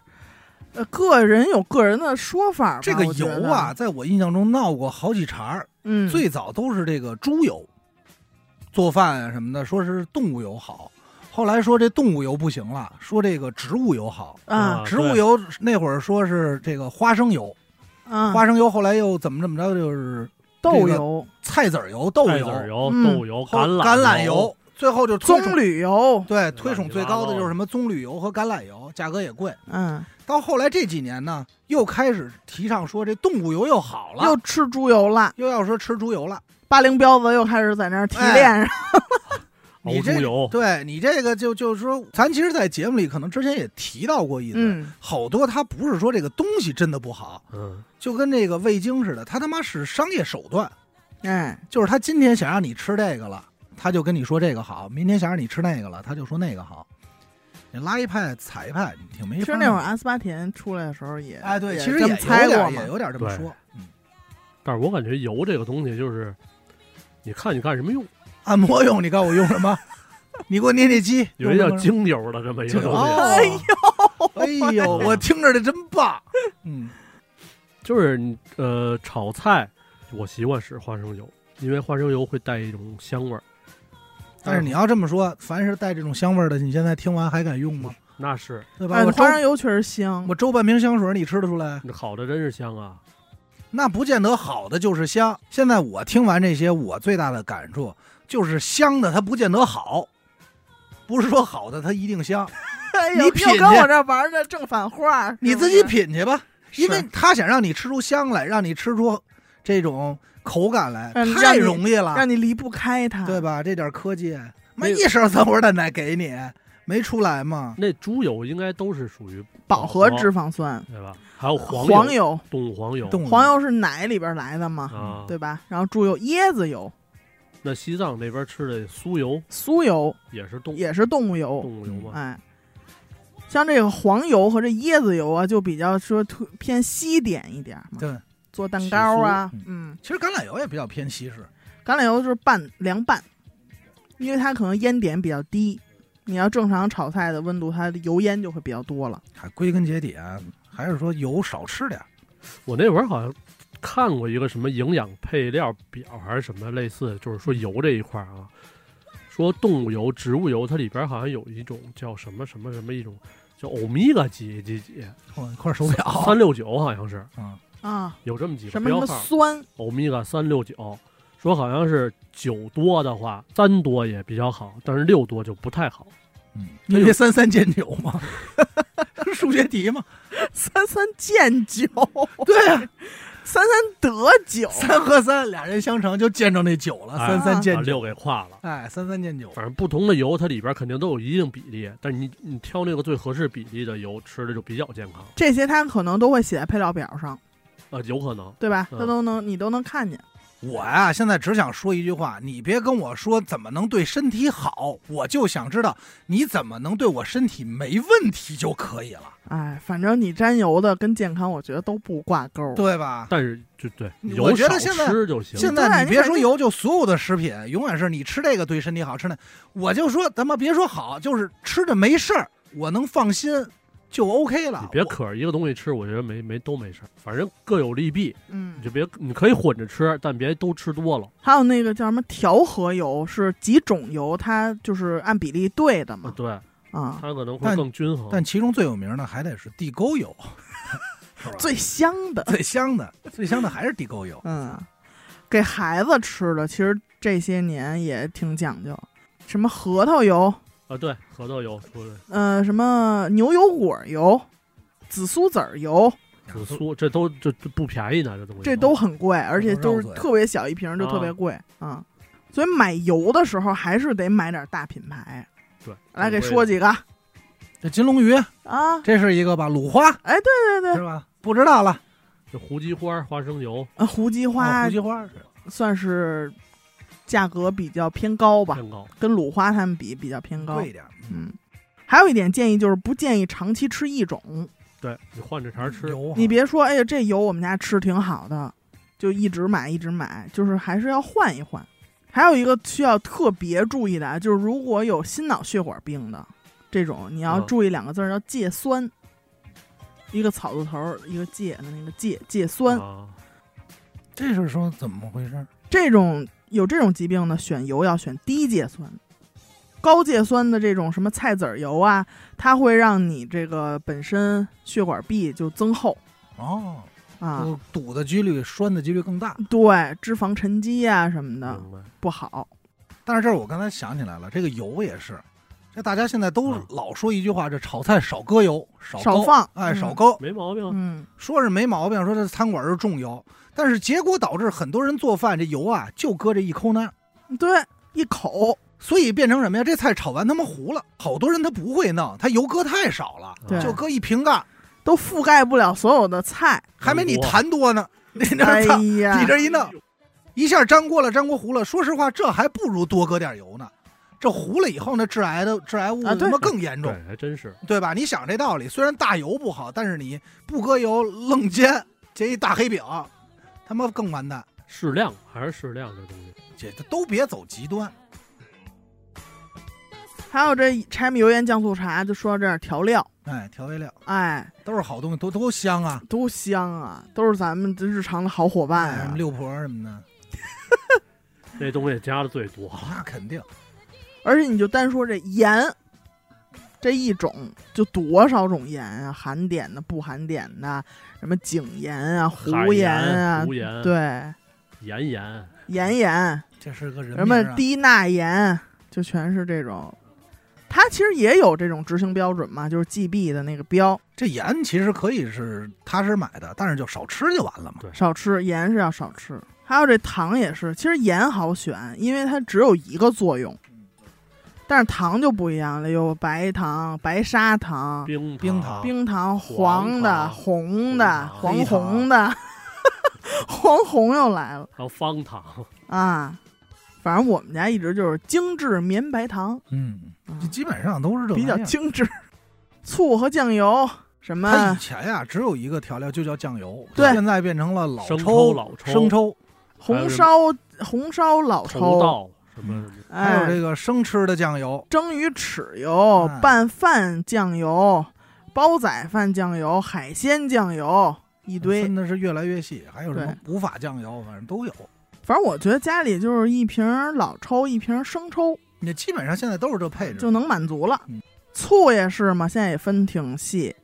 呃，个人有个人的说法吧。
这个
我觉
油
得
啊，，在我印象中闹过好几茬儿。
嗯，
最早都是这个猪油，做饭啊什么的，说是动物油好。后来说这动物油不行了，说这个植物油好。
啊
植物油那会儿说是这个花生油，
啊，
花生油后来又怎么怎么着，就是
豆油、
菜籽儿油、豆
菜籽
油、
儿油、
嗯
豆油、
后
橄
榄
榄
油，，最后就推
棕
崇
榈油，
对，
对
推崇最高的就是什么棕榈油和橄榄油，价格也贵。
嗯，
到后来这几年呢，又开始提倡说这动物油又好了，
又吃猪油了。
又要说吃猪油了。
八零标子又开始在那儿提
哎
炼上，
你
熬
这
猪油，
对你这个就就是说，咱其实，在节目里可能之前也提到过一次，
嗯，
好多它不是说这个东西真的不好，
嗯，
就跟这个味精似的，它他妈是商业手段，
哎，
就是他今天想让你吃这个了，他就跟你说这个好；明天想让你吃那个了，他就说那个好。你拉一派踩一派，你挺没
其
法
实
儿的。
那会儿阿斯巴甜出来的时候也，
哎，对，
也
其
这
实也
么
有
猜过
点
嘛
也，有点这么
对
说，嗯，
但是我感觉油这个东西就是，你看你干什么用？
按摩用，你告诉我用什么？ <laughs> 你给我捏捏肌，
有
用
一叫
什么
精油的这么一个
精油
东西，
哎呦，哎 <laughs> 呦，
呀
我听着这真棒，嗯
就是你呃炒菜，我习惯使花生油，因为花生油会带一种香味儿。
但是你要这么说，凡是带这种香味儿的，你现在听完还敢用吗？
那是
对吧？
哎，
我
花生
周
油确实香
我，周半瓶香水，你吃得出来？
好的，真是香啊！
那不见得好的就是香。现在我听完这些，我最大的感触就是香的它不见得好，不是说好的它一定香，
<laughs> 哎呦
你品
又跟
去
我这玩这正反话，是
你
不
自己
是，
品去吧，
是
因为他想让你吃出香来，让你吃出这种口感来，
嗯让
太
你
容易了，
让你离不开它，
啊对吧？这点科技，妈
那
一勺三锅蛋奶给你，没出来吗？
那猪油应该都是属于
饱和
饱和
脂肪酸，
对吧？还有哦黄
黄油，
动物黄油
动物
黄油是奶里边来的嘛，
啊。
对吧？然后猪油、椰子油、
那西藏那边吃的酥油
酥油
也是动
也是动物油，
动物油
嗯
吗？
哎，像这个黄油和这椰子油啊，就比较说特偏西点一点嘛，
对，
做蛋糕啊
起酥，
嗯，
其实橄榄油也比较偏西式，
橄榄油就是拌凉拌，因为它可能烟点比较低。你要正常炒菜的温度，它的油烟就会比较多了。
还归根结底啊，还是说油少吃点儿。
我那会儿好像看过一个什么营养配料表还是什么类似，就是
嗯
说油这一块儿啊，说动物油、植物油，它里边儿好像有一种叫什么什么什么一种叫欧米伽几几几
哦
换一块手表，
三六九，好像是
啊嗯，
啊，
有这么几个
什么什
标
么
号，
酸， <laughs>
欧米伽三六九。说好像是九多的话，三多也比较好，但是六多就不太好。
嗯
因为三三见九嘛， <laughs> 数学题嘛，
哦三三见
<laughs>
酒，
对啊，
三三得酒，
三和三俩人相乘就见着那九
啊
了，
哎
三三
把
见
六
九，
给跨了。
哎，三三见九，
反正不同的油，它里边肯定都有一定比例，但是你你挑那个最合适比例的油吃的就比较健康
这些它可能都会写在配料表上，
啊，有可能
对吧？
嗯
它都能你都能看见。
我呀、现在只想说一句话，你别跟我说怎么能对身体好，我就想知道你怎么能对我身体没问题就可以了，
哎，反正你沾油的跟健康，我觉得都不挂钩。
对吧？
但是就对
我
油
觉
少
得现在
吃就行。
现在你别说油，就所有的食品，永远是你吃这个对身体好，吃那，我就说咱们别说好，就是吃着没事儿，我能放心就 OK 了。
你别
我
可着一个东西吃，我觉得没没都没事儿，反正各有利弊，
嗯
你，就别你可以混着吃，但别都吃多了。
还有那个叫什么调和油，是几种油，它就是按比例对的
啊
嘛。
对，
啊，
它可能会
但
更均衡。
但其中最有名的还得是地沟油， <laughs> 是吧
最香的，
最香的、最香的还是地沟油。
嗯，给孩子吃的，其实这些年也挺讲究，什么核桃油，
啊，对，核桃油出的
呃，什么牛油果油、紫苏籽儿油，
<laughs>
紫苏，这都这这不便宜呢，这东西
这都很贵，而且都是
啊绕嘴
特别小一瓶就特别贵啊、所以买油的时候还是得买点大品牌。
对，
来给说
几
几个
这金龙鱼
啊！
这是一个吧，鲁花
哎，对对
是
对，
吧？不知道了，
这胡姬花、花生油
呃，胡姬
啊
花
胡姬花是
算是价格比较偏高吧，
蛋糕，
跟鲁花他们比比较偏高
嗯贵。一点，
嗯，还有一点建议就是不建议长期吃一种。
对你换着茬吃，
油啊
你别说，哎呀，这油我们家吃挺好的，就一直买一直买，就是还是要换一换。还有一个需要特别注意的啊，就是如果有心脑血管病的这种，你要
嗯
注意两个字儿，叫戒酸。一个草字头儿，一个戒的那个戒戒酸。
啊，
这是说怎么回事？
这种有这种疾病的，选油要选低戒酸。高戒酸的这种什么菜籽儿油啊，它会让你这个本身血管壁就增厚
哦，
啊，嗯
就堵的几率、栓的几率更大。
对脂肪沉积啊什么的
嗯
明白？
不好。
但是这儿我刚才想起来了，这个油也是，这大家现在都
嗯
老说一句话，这炒菜少搁油，少
少
少
放
哎，
嗯
少搁，
没毛病啊，
嗯，
说是没毛病，说这餐馆是重油，但是结果导致很多人做饭这油啊就搁这一抠那儿，
嗯对，一口
所以变成什么呀？这菜炒完他妈糊了，好多人他不会弄，他油搁太少了，
对
就搁一瓶盖，
都覆盖不了所有的菜。
还没你
哇
痰多呢。 <laughs> 你这
哎
操，
呀，
你这一弄，一下粘锅了，粘锅糊了。说实话，这还不如多搁点油呢。这糊了以后呢，致癌的致癌物
啊对
他妈更严重，
对，还真是
对吧？你想这道理，虽然大油不好，但是你不搁油愣煎，这一大黑饼，他妈更完蛋。
适量，还是适量这东西，
这都别走极端，
还有这柴米油盐酱醋茶，就说到这儿调料，
哎，调味料
哎，
都是好东西，都都香啊。
多香啊，都是咱们这日常的好伙伴
哎什
啊
么。六婆什么的，
那东西加的最多，
哦
那肯定。
而且你就单说这盐，这一种就多少种盐啊，含碘的、不含碘的，什么井盐啊、湖
海盐
啊，
胡盐，，
对，
盐盐，
盐盐。
这是个人
什
名
么
啊
低钠盐，就全是这种。它其实也有这种执行标准嘛，就是 GB 的那个标，
这盐其实可以是踏实买的，但是就少吃就完了嘛。
少吃盐是要少吃。还有这糖也是，其实盐好选，因为它只有一个作用，但是糖就不一样了，有白糖、白砂糖、
冰
冰
糖
糖
啊冰糖、
黄
黄的、
糖
红的、黄
黑糖
红的， <laughs> 黄红又来了
还有方糖，
啊！反正我们家一直就是精致绵白糖，
嗯，
啊
这基本上都是这
比较
玩意儿
精致，醋和酱油什么
它以前呀、只有一个调料，就叫酱油。
啊对
现在变成了老
生抽
抽、
老抽
生抽，
红烧红烧老
头
抽，
道什么什么，
还有
哎，
这个生吃的酱油。
蒸鱼豉油、
哎
拌饭酱油、煲仔饭酱油、海鲜酱油一堆
分。的是越来越细，还有什么
对
无法酱油，反正都有。
反正我觉得家里就是一瓶老抽，一瓶生抽
你基本上现在都是这配置。
就能满足了
嗯。
醋也是嘛，现在也分挺细，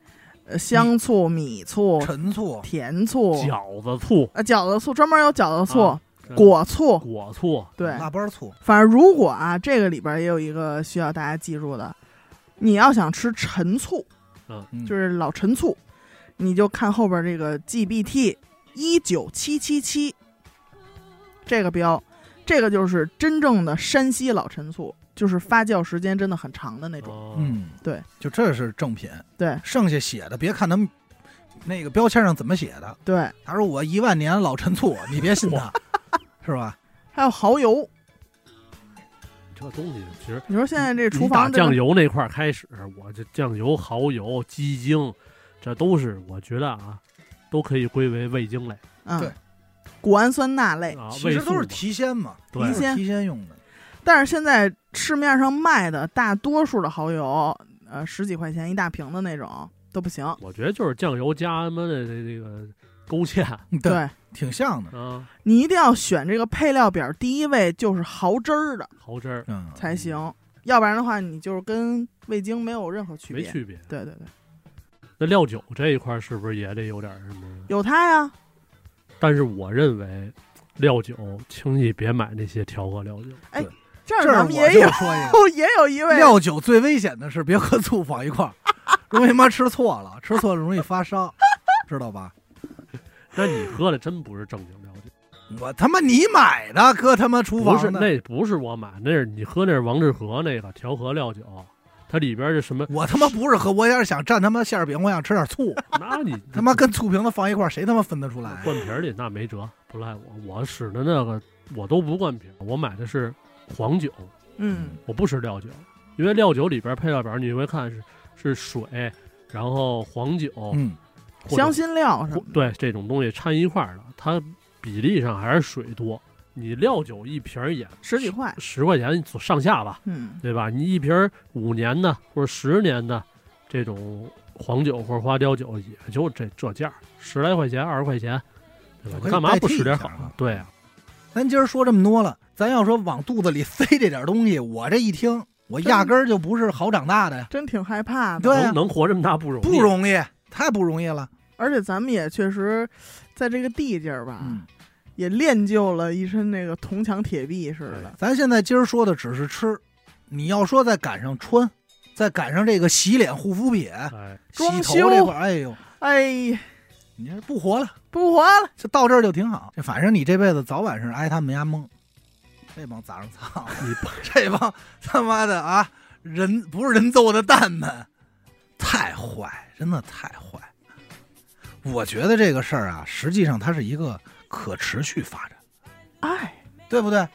呃，香醋、米醋、
陈醋、
甜醋，
饺子醋、
啊，饺子醋专门有饺子醋
啊、
果醋，
果醋，
对，
腊八醋，
反正如果啊，这个里边也有一个需要大家记住的，你要想吃陈醋，
嗯
就是老陈醋，你就看后边这个 GBT 一九七七七这个标，这个就是真正的山西老陈醋，就是发酵时间真的很长的那种。
哦，
嗯，
对，
就这是正品。
对
剩下写的别看他们那个标签上怎么写的，
对，
他说我一万年老陈醋，你别
<laughs>
信他，是吧？
还有蚝油，
这东西其实
你说现在这厨
你打
房这
酱
个
油那块儿开始，我这酱油、蚝油、鸡精，这都是我觉得啊，都可以归为味精类
嗯
对，
谷氨酸钠类，
啊，
其
味
实
素
都是
嘛
提鲜嘛，
对
都是提鲜用的。
但是现在市面上卖的大多数的蚝油，呃，十几块钱一大瓶的那种都不行。
我觉得就是酱油加他妈的这这个勾芡
嗯，
对，
挺像的。
啊，
你一定要选这个配料表第一位就是蚝汁儿的
蚝汁儿
嗯，
才行，要不然的话你就是跟味精没有任何区
没
别。
区别。
对对对，
那料酒这一块儿是不是也得有点儿什么？
有它呀，
但是我认为料酒轻易别买那些调和料酒。
这
这
儿
儿
咱
我
们
就
也有
说一
也有 <laughs> 一
个，
位
料酒最危险的是别和醋放一块儿， <laughs> 容易妈吃错了，吃错了容易发烧，知道吧？
那你喝的真不是正经料酒，
我他妈你买的，搁他妈厨
不是
房的，？
那不是我买，那是你喝那是王致和那个调和料酒，它里边是什么
<laughs> 我他妈不是喝，我要是想蘸他妈馅儿饼，我想吃点
<laughs>
醋，
那你
他妈跟醋瓶子放一块儿，谁他妈分得出来？
灌瓶儿里那没辙，不赖我，我使的那个我都不灌瓶儿，我买的是黄酒，
嗯
我不吃料酒，因为料酒里边配料表你会看是是水，然后黄酒，
嗯，
或者
香辛料什
或
么的，
对这种东西掺一块儿的，它比例上还是水多。你料酒一瓶儿也
十几块，
十块钱上下吧，
嗯
对吧？你一瓶儿五年的或者十年的这种黄酒或者花雕酒，也就这这价儿，十来块钱、二十块钱，对吧？
我可以
你干嘛
代
不
替
使
一
点
下
好
啊
的？对啊，
咱今儿说这么多了，咱要说往肚子里塞这点东西，我这一听，我压根儿就不是好长大的呀，
真挺害怕的。
对啊
能能活这么大不容易，
不容易，太不容易了。
而且咱们也确实在这个地界儿吧，
嗯，
也练就了一身那个铜墙铁壁似的。
咱现在今儿说的只是吃，你要说再赶上穿，再赶上这个洗脸护肤品、
哎，
洗
装
头
修
这块儿，哎呦，
哎，
你这不活了，
不活了，
就到这儿就挺好。这反正你这辈子早晚是挨他们家蒙，这帮杂种操，
你
<laughs> 这帮他妈的啊，人不是人揍的蛋们，太坏，真的太坏。我觉得这个事儿啊，实际上它是一个可持续发展，
哎，
对不对？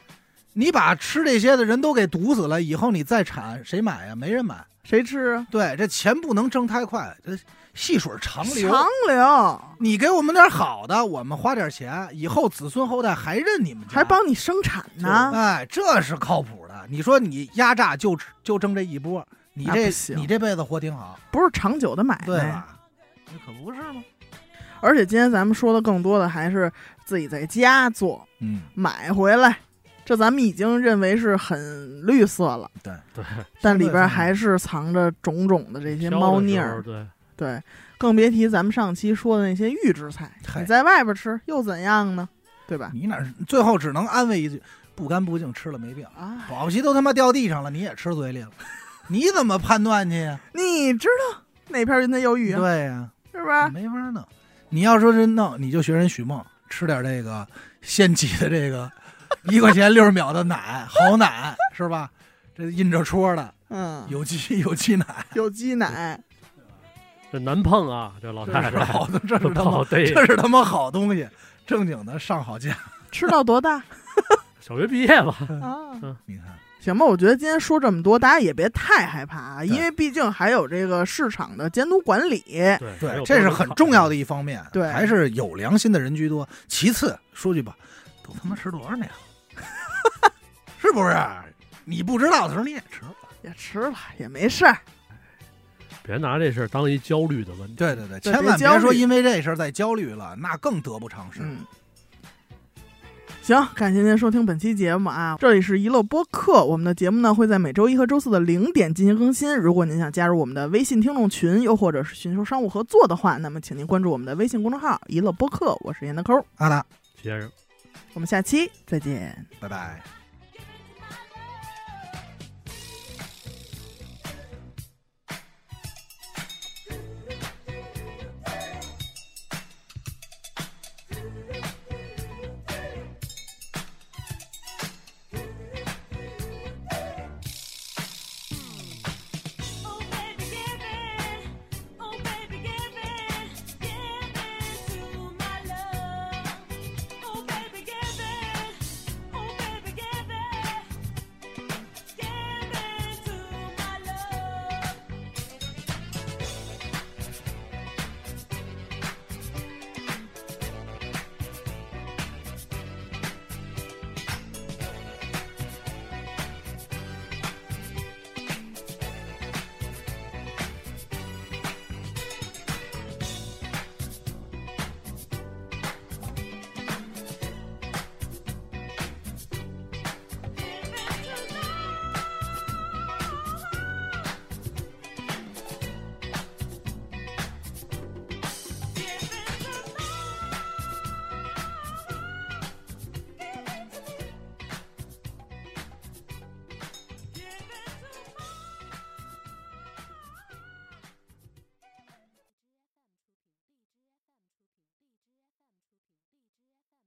你把吃这些的人都给毒死了，以后你再产谁买呀？没人买。
谁吃啊？
对，这钱不能挣太快，这细水长流。
长流
你给我们点好的，我们花点钱，以后子孙后代还认你们家，
还帮你生产呢，
哎，这是靠谱的。你说你压榨就就挣这一波，你
那
这
不行哎
你这辈子活挺好，
不是长久的买
对
卖。
吧？那可不是吗？
而且今天咱们说的更多的还是自己在家做，
嗯，
买回来，这咱们已经认为是很绿色了，
对
但里边
相对
还是藏着种种的这些
挑
猫
的时
腻
候
儿。
对，
对，更别提咱们上期说的那些预制菜，
嗨
你在外边吃又怎样呢？对吧？
你哪儿最后只能安慰一句：不干不净，吃了没病。
啊，
保不齐都他妈掉地上了，你也吃嘴里了，你怎么判断去呀？
你知道哪片云彩有雨啊？
<laughs> 对呀、啊
是吧？
没法弄。你要说真弄，你就学人许梦，吃点这个现挤的这 <laughs> 个一块钱六十秒的奶，好奶是吧？这印着戳的
嗯，
有机有机奶。
有机奶，
这难碰啊，这老太
这是
<laughs> 太，
好的，这
这
是他妈，
好对，
这是他妈好东西，正经的上好价。
吃到多大
小学毕业吧，
啊？
你看，
行吧，我觉得今天说这么多，大家也别太害怕啊，
对
因为毕竟还有这个市场的监督管理。
哎对
对，这是很重要的，一方面，
对
还是有良心的人居多。其次，说句吧，都他妈吃多少年了， <laughs> 是不是？你不知道的时候你也吃，
也吃了也没事儿，
别拿这事儿当一焦虑的问题。
对对对，
对
千万
别焦
别
虑
说因为这事儿再焦虑了，那更得不偿失。
嗯。行，感谢您收听本期节目啊！这里是一乐播客，我们的节目呢会在每周一和周四的零点进行更新。如果您想加入我们的微信听众群，又或者是寻求商务合作的话，那么请您关注我们的微信公众号“一乐播客”，我是闫德抠儿，
阿达，
先生。
我们下期再见。
拜拜。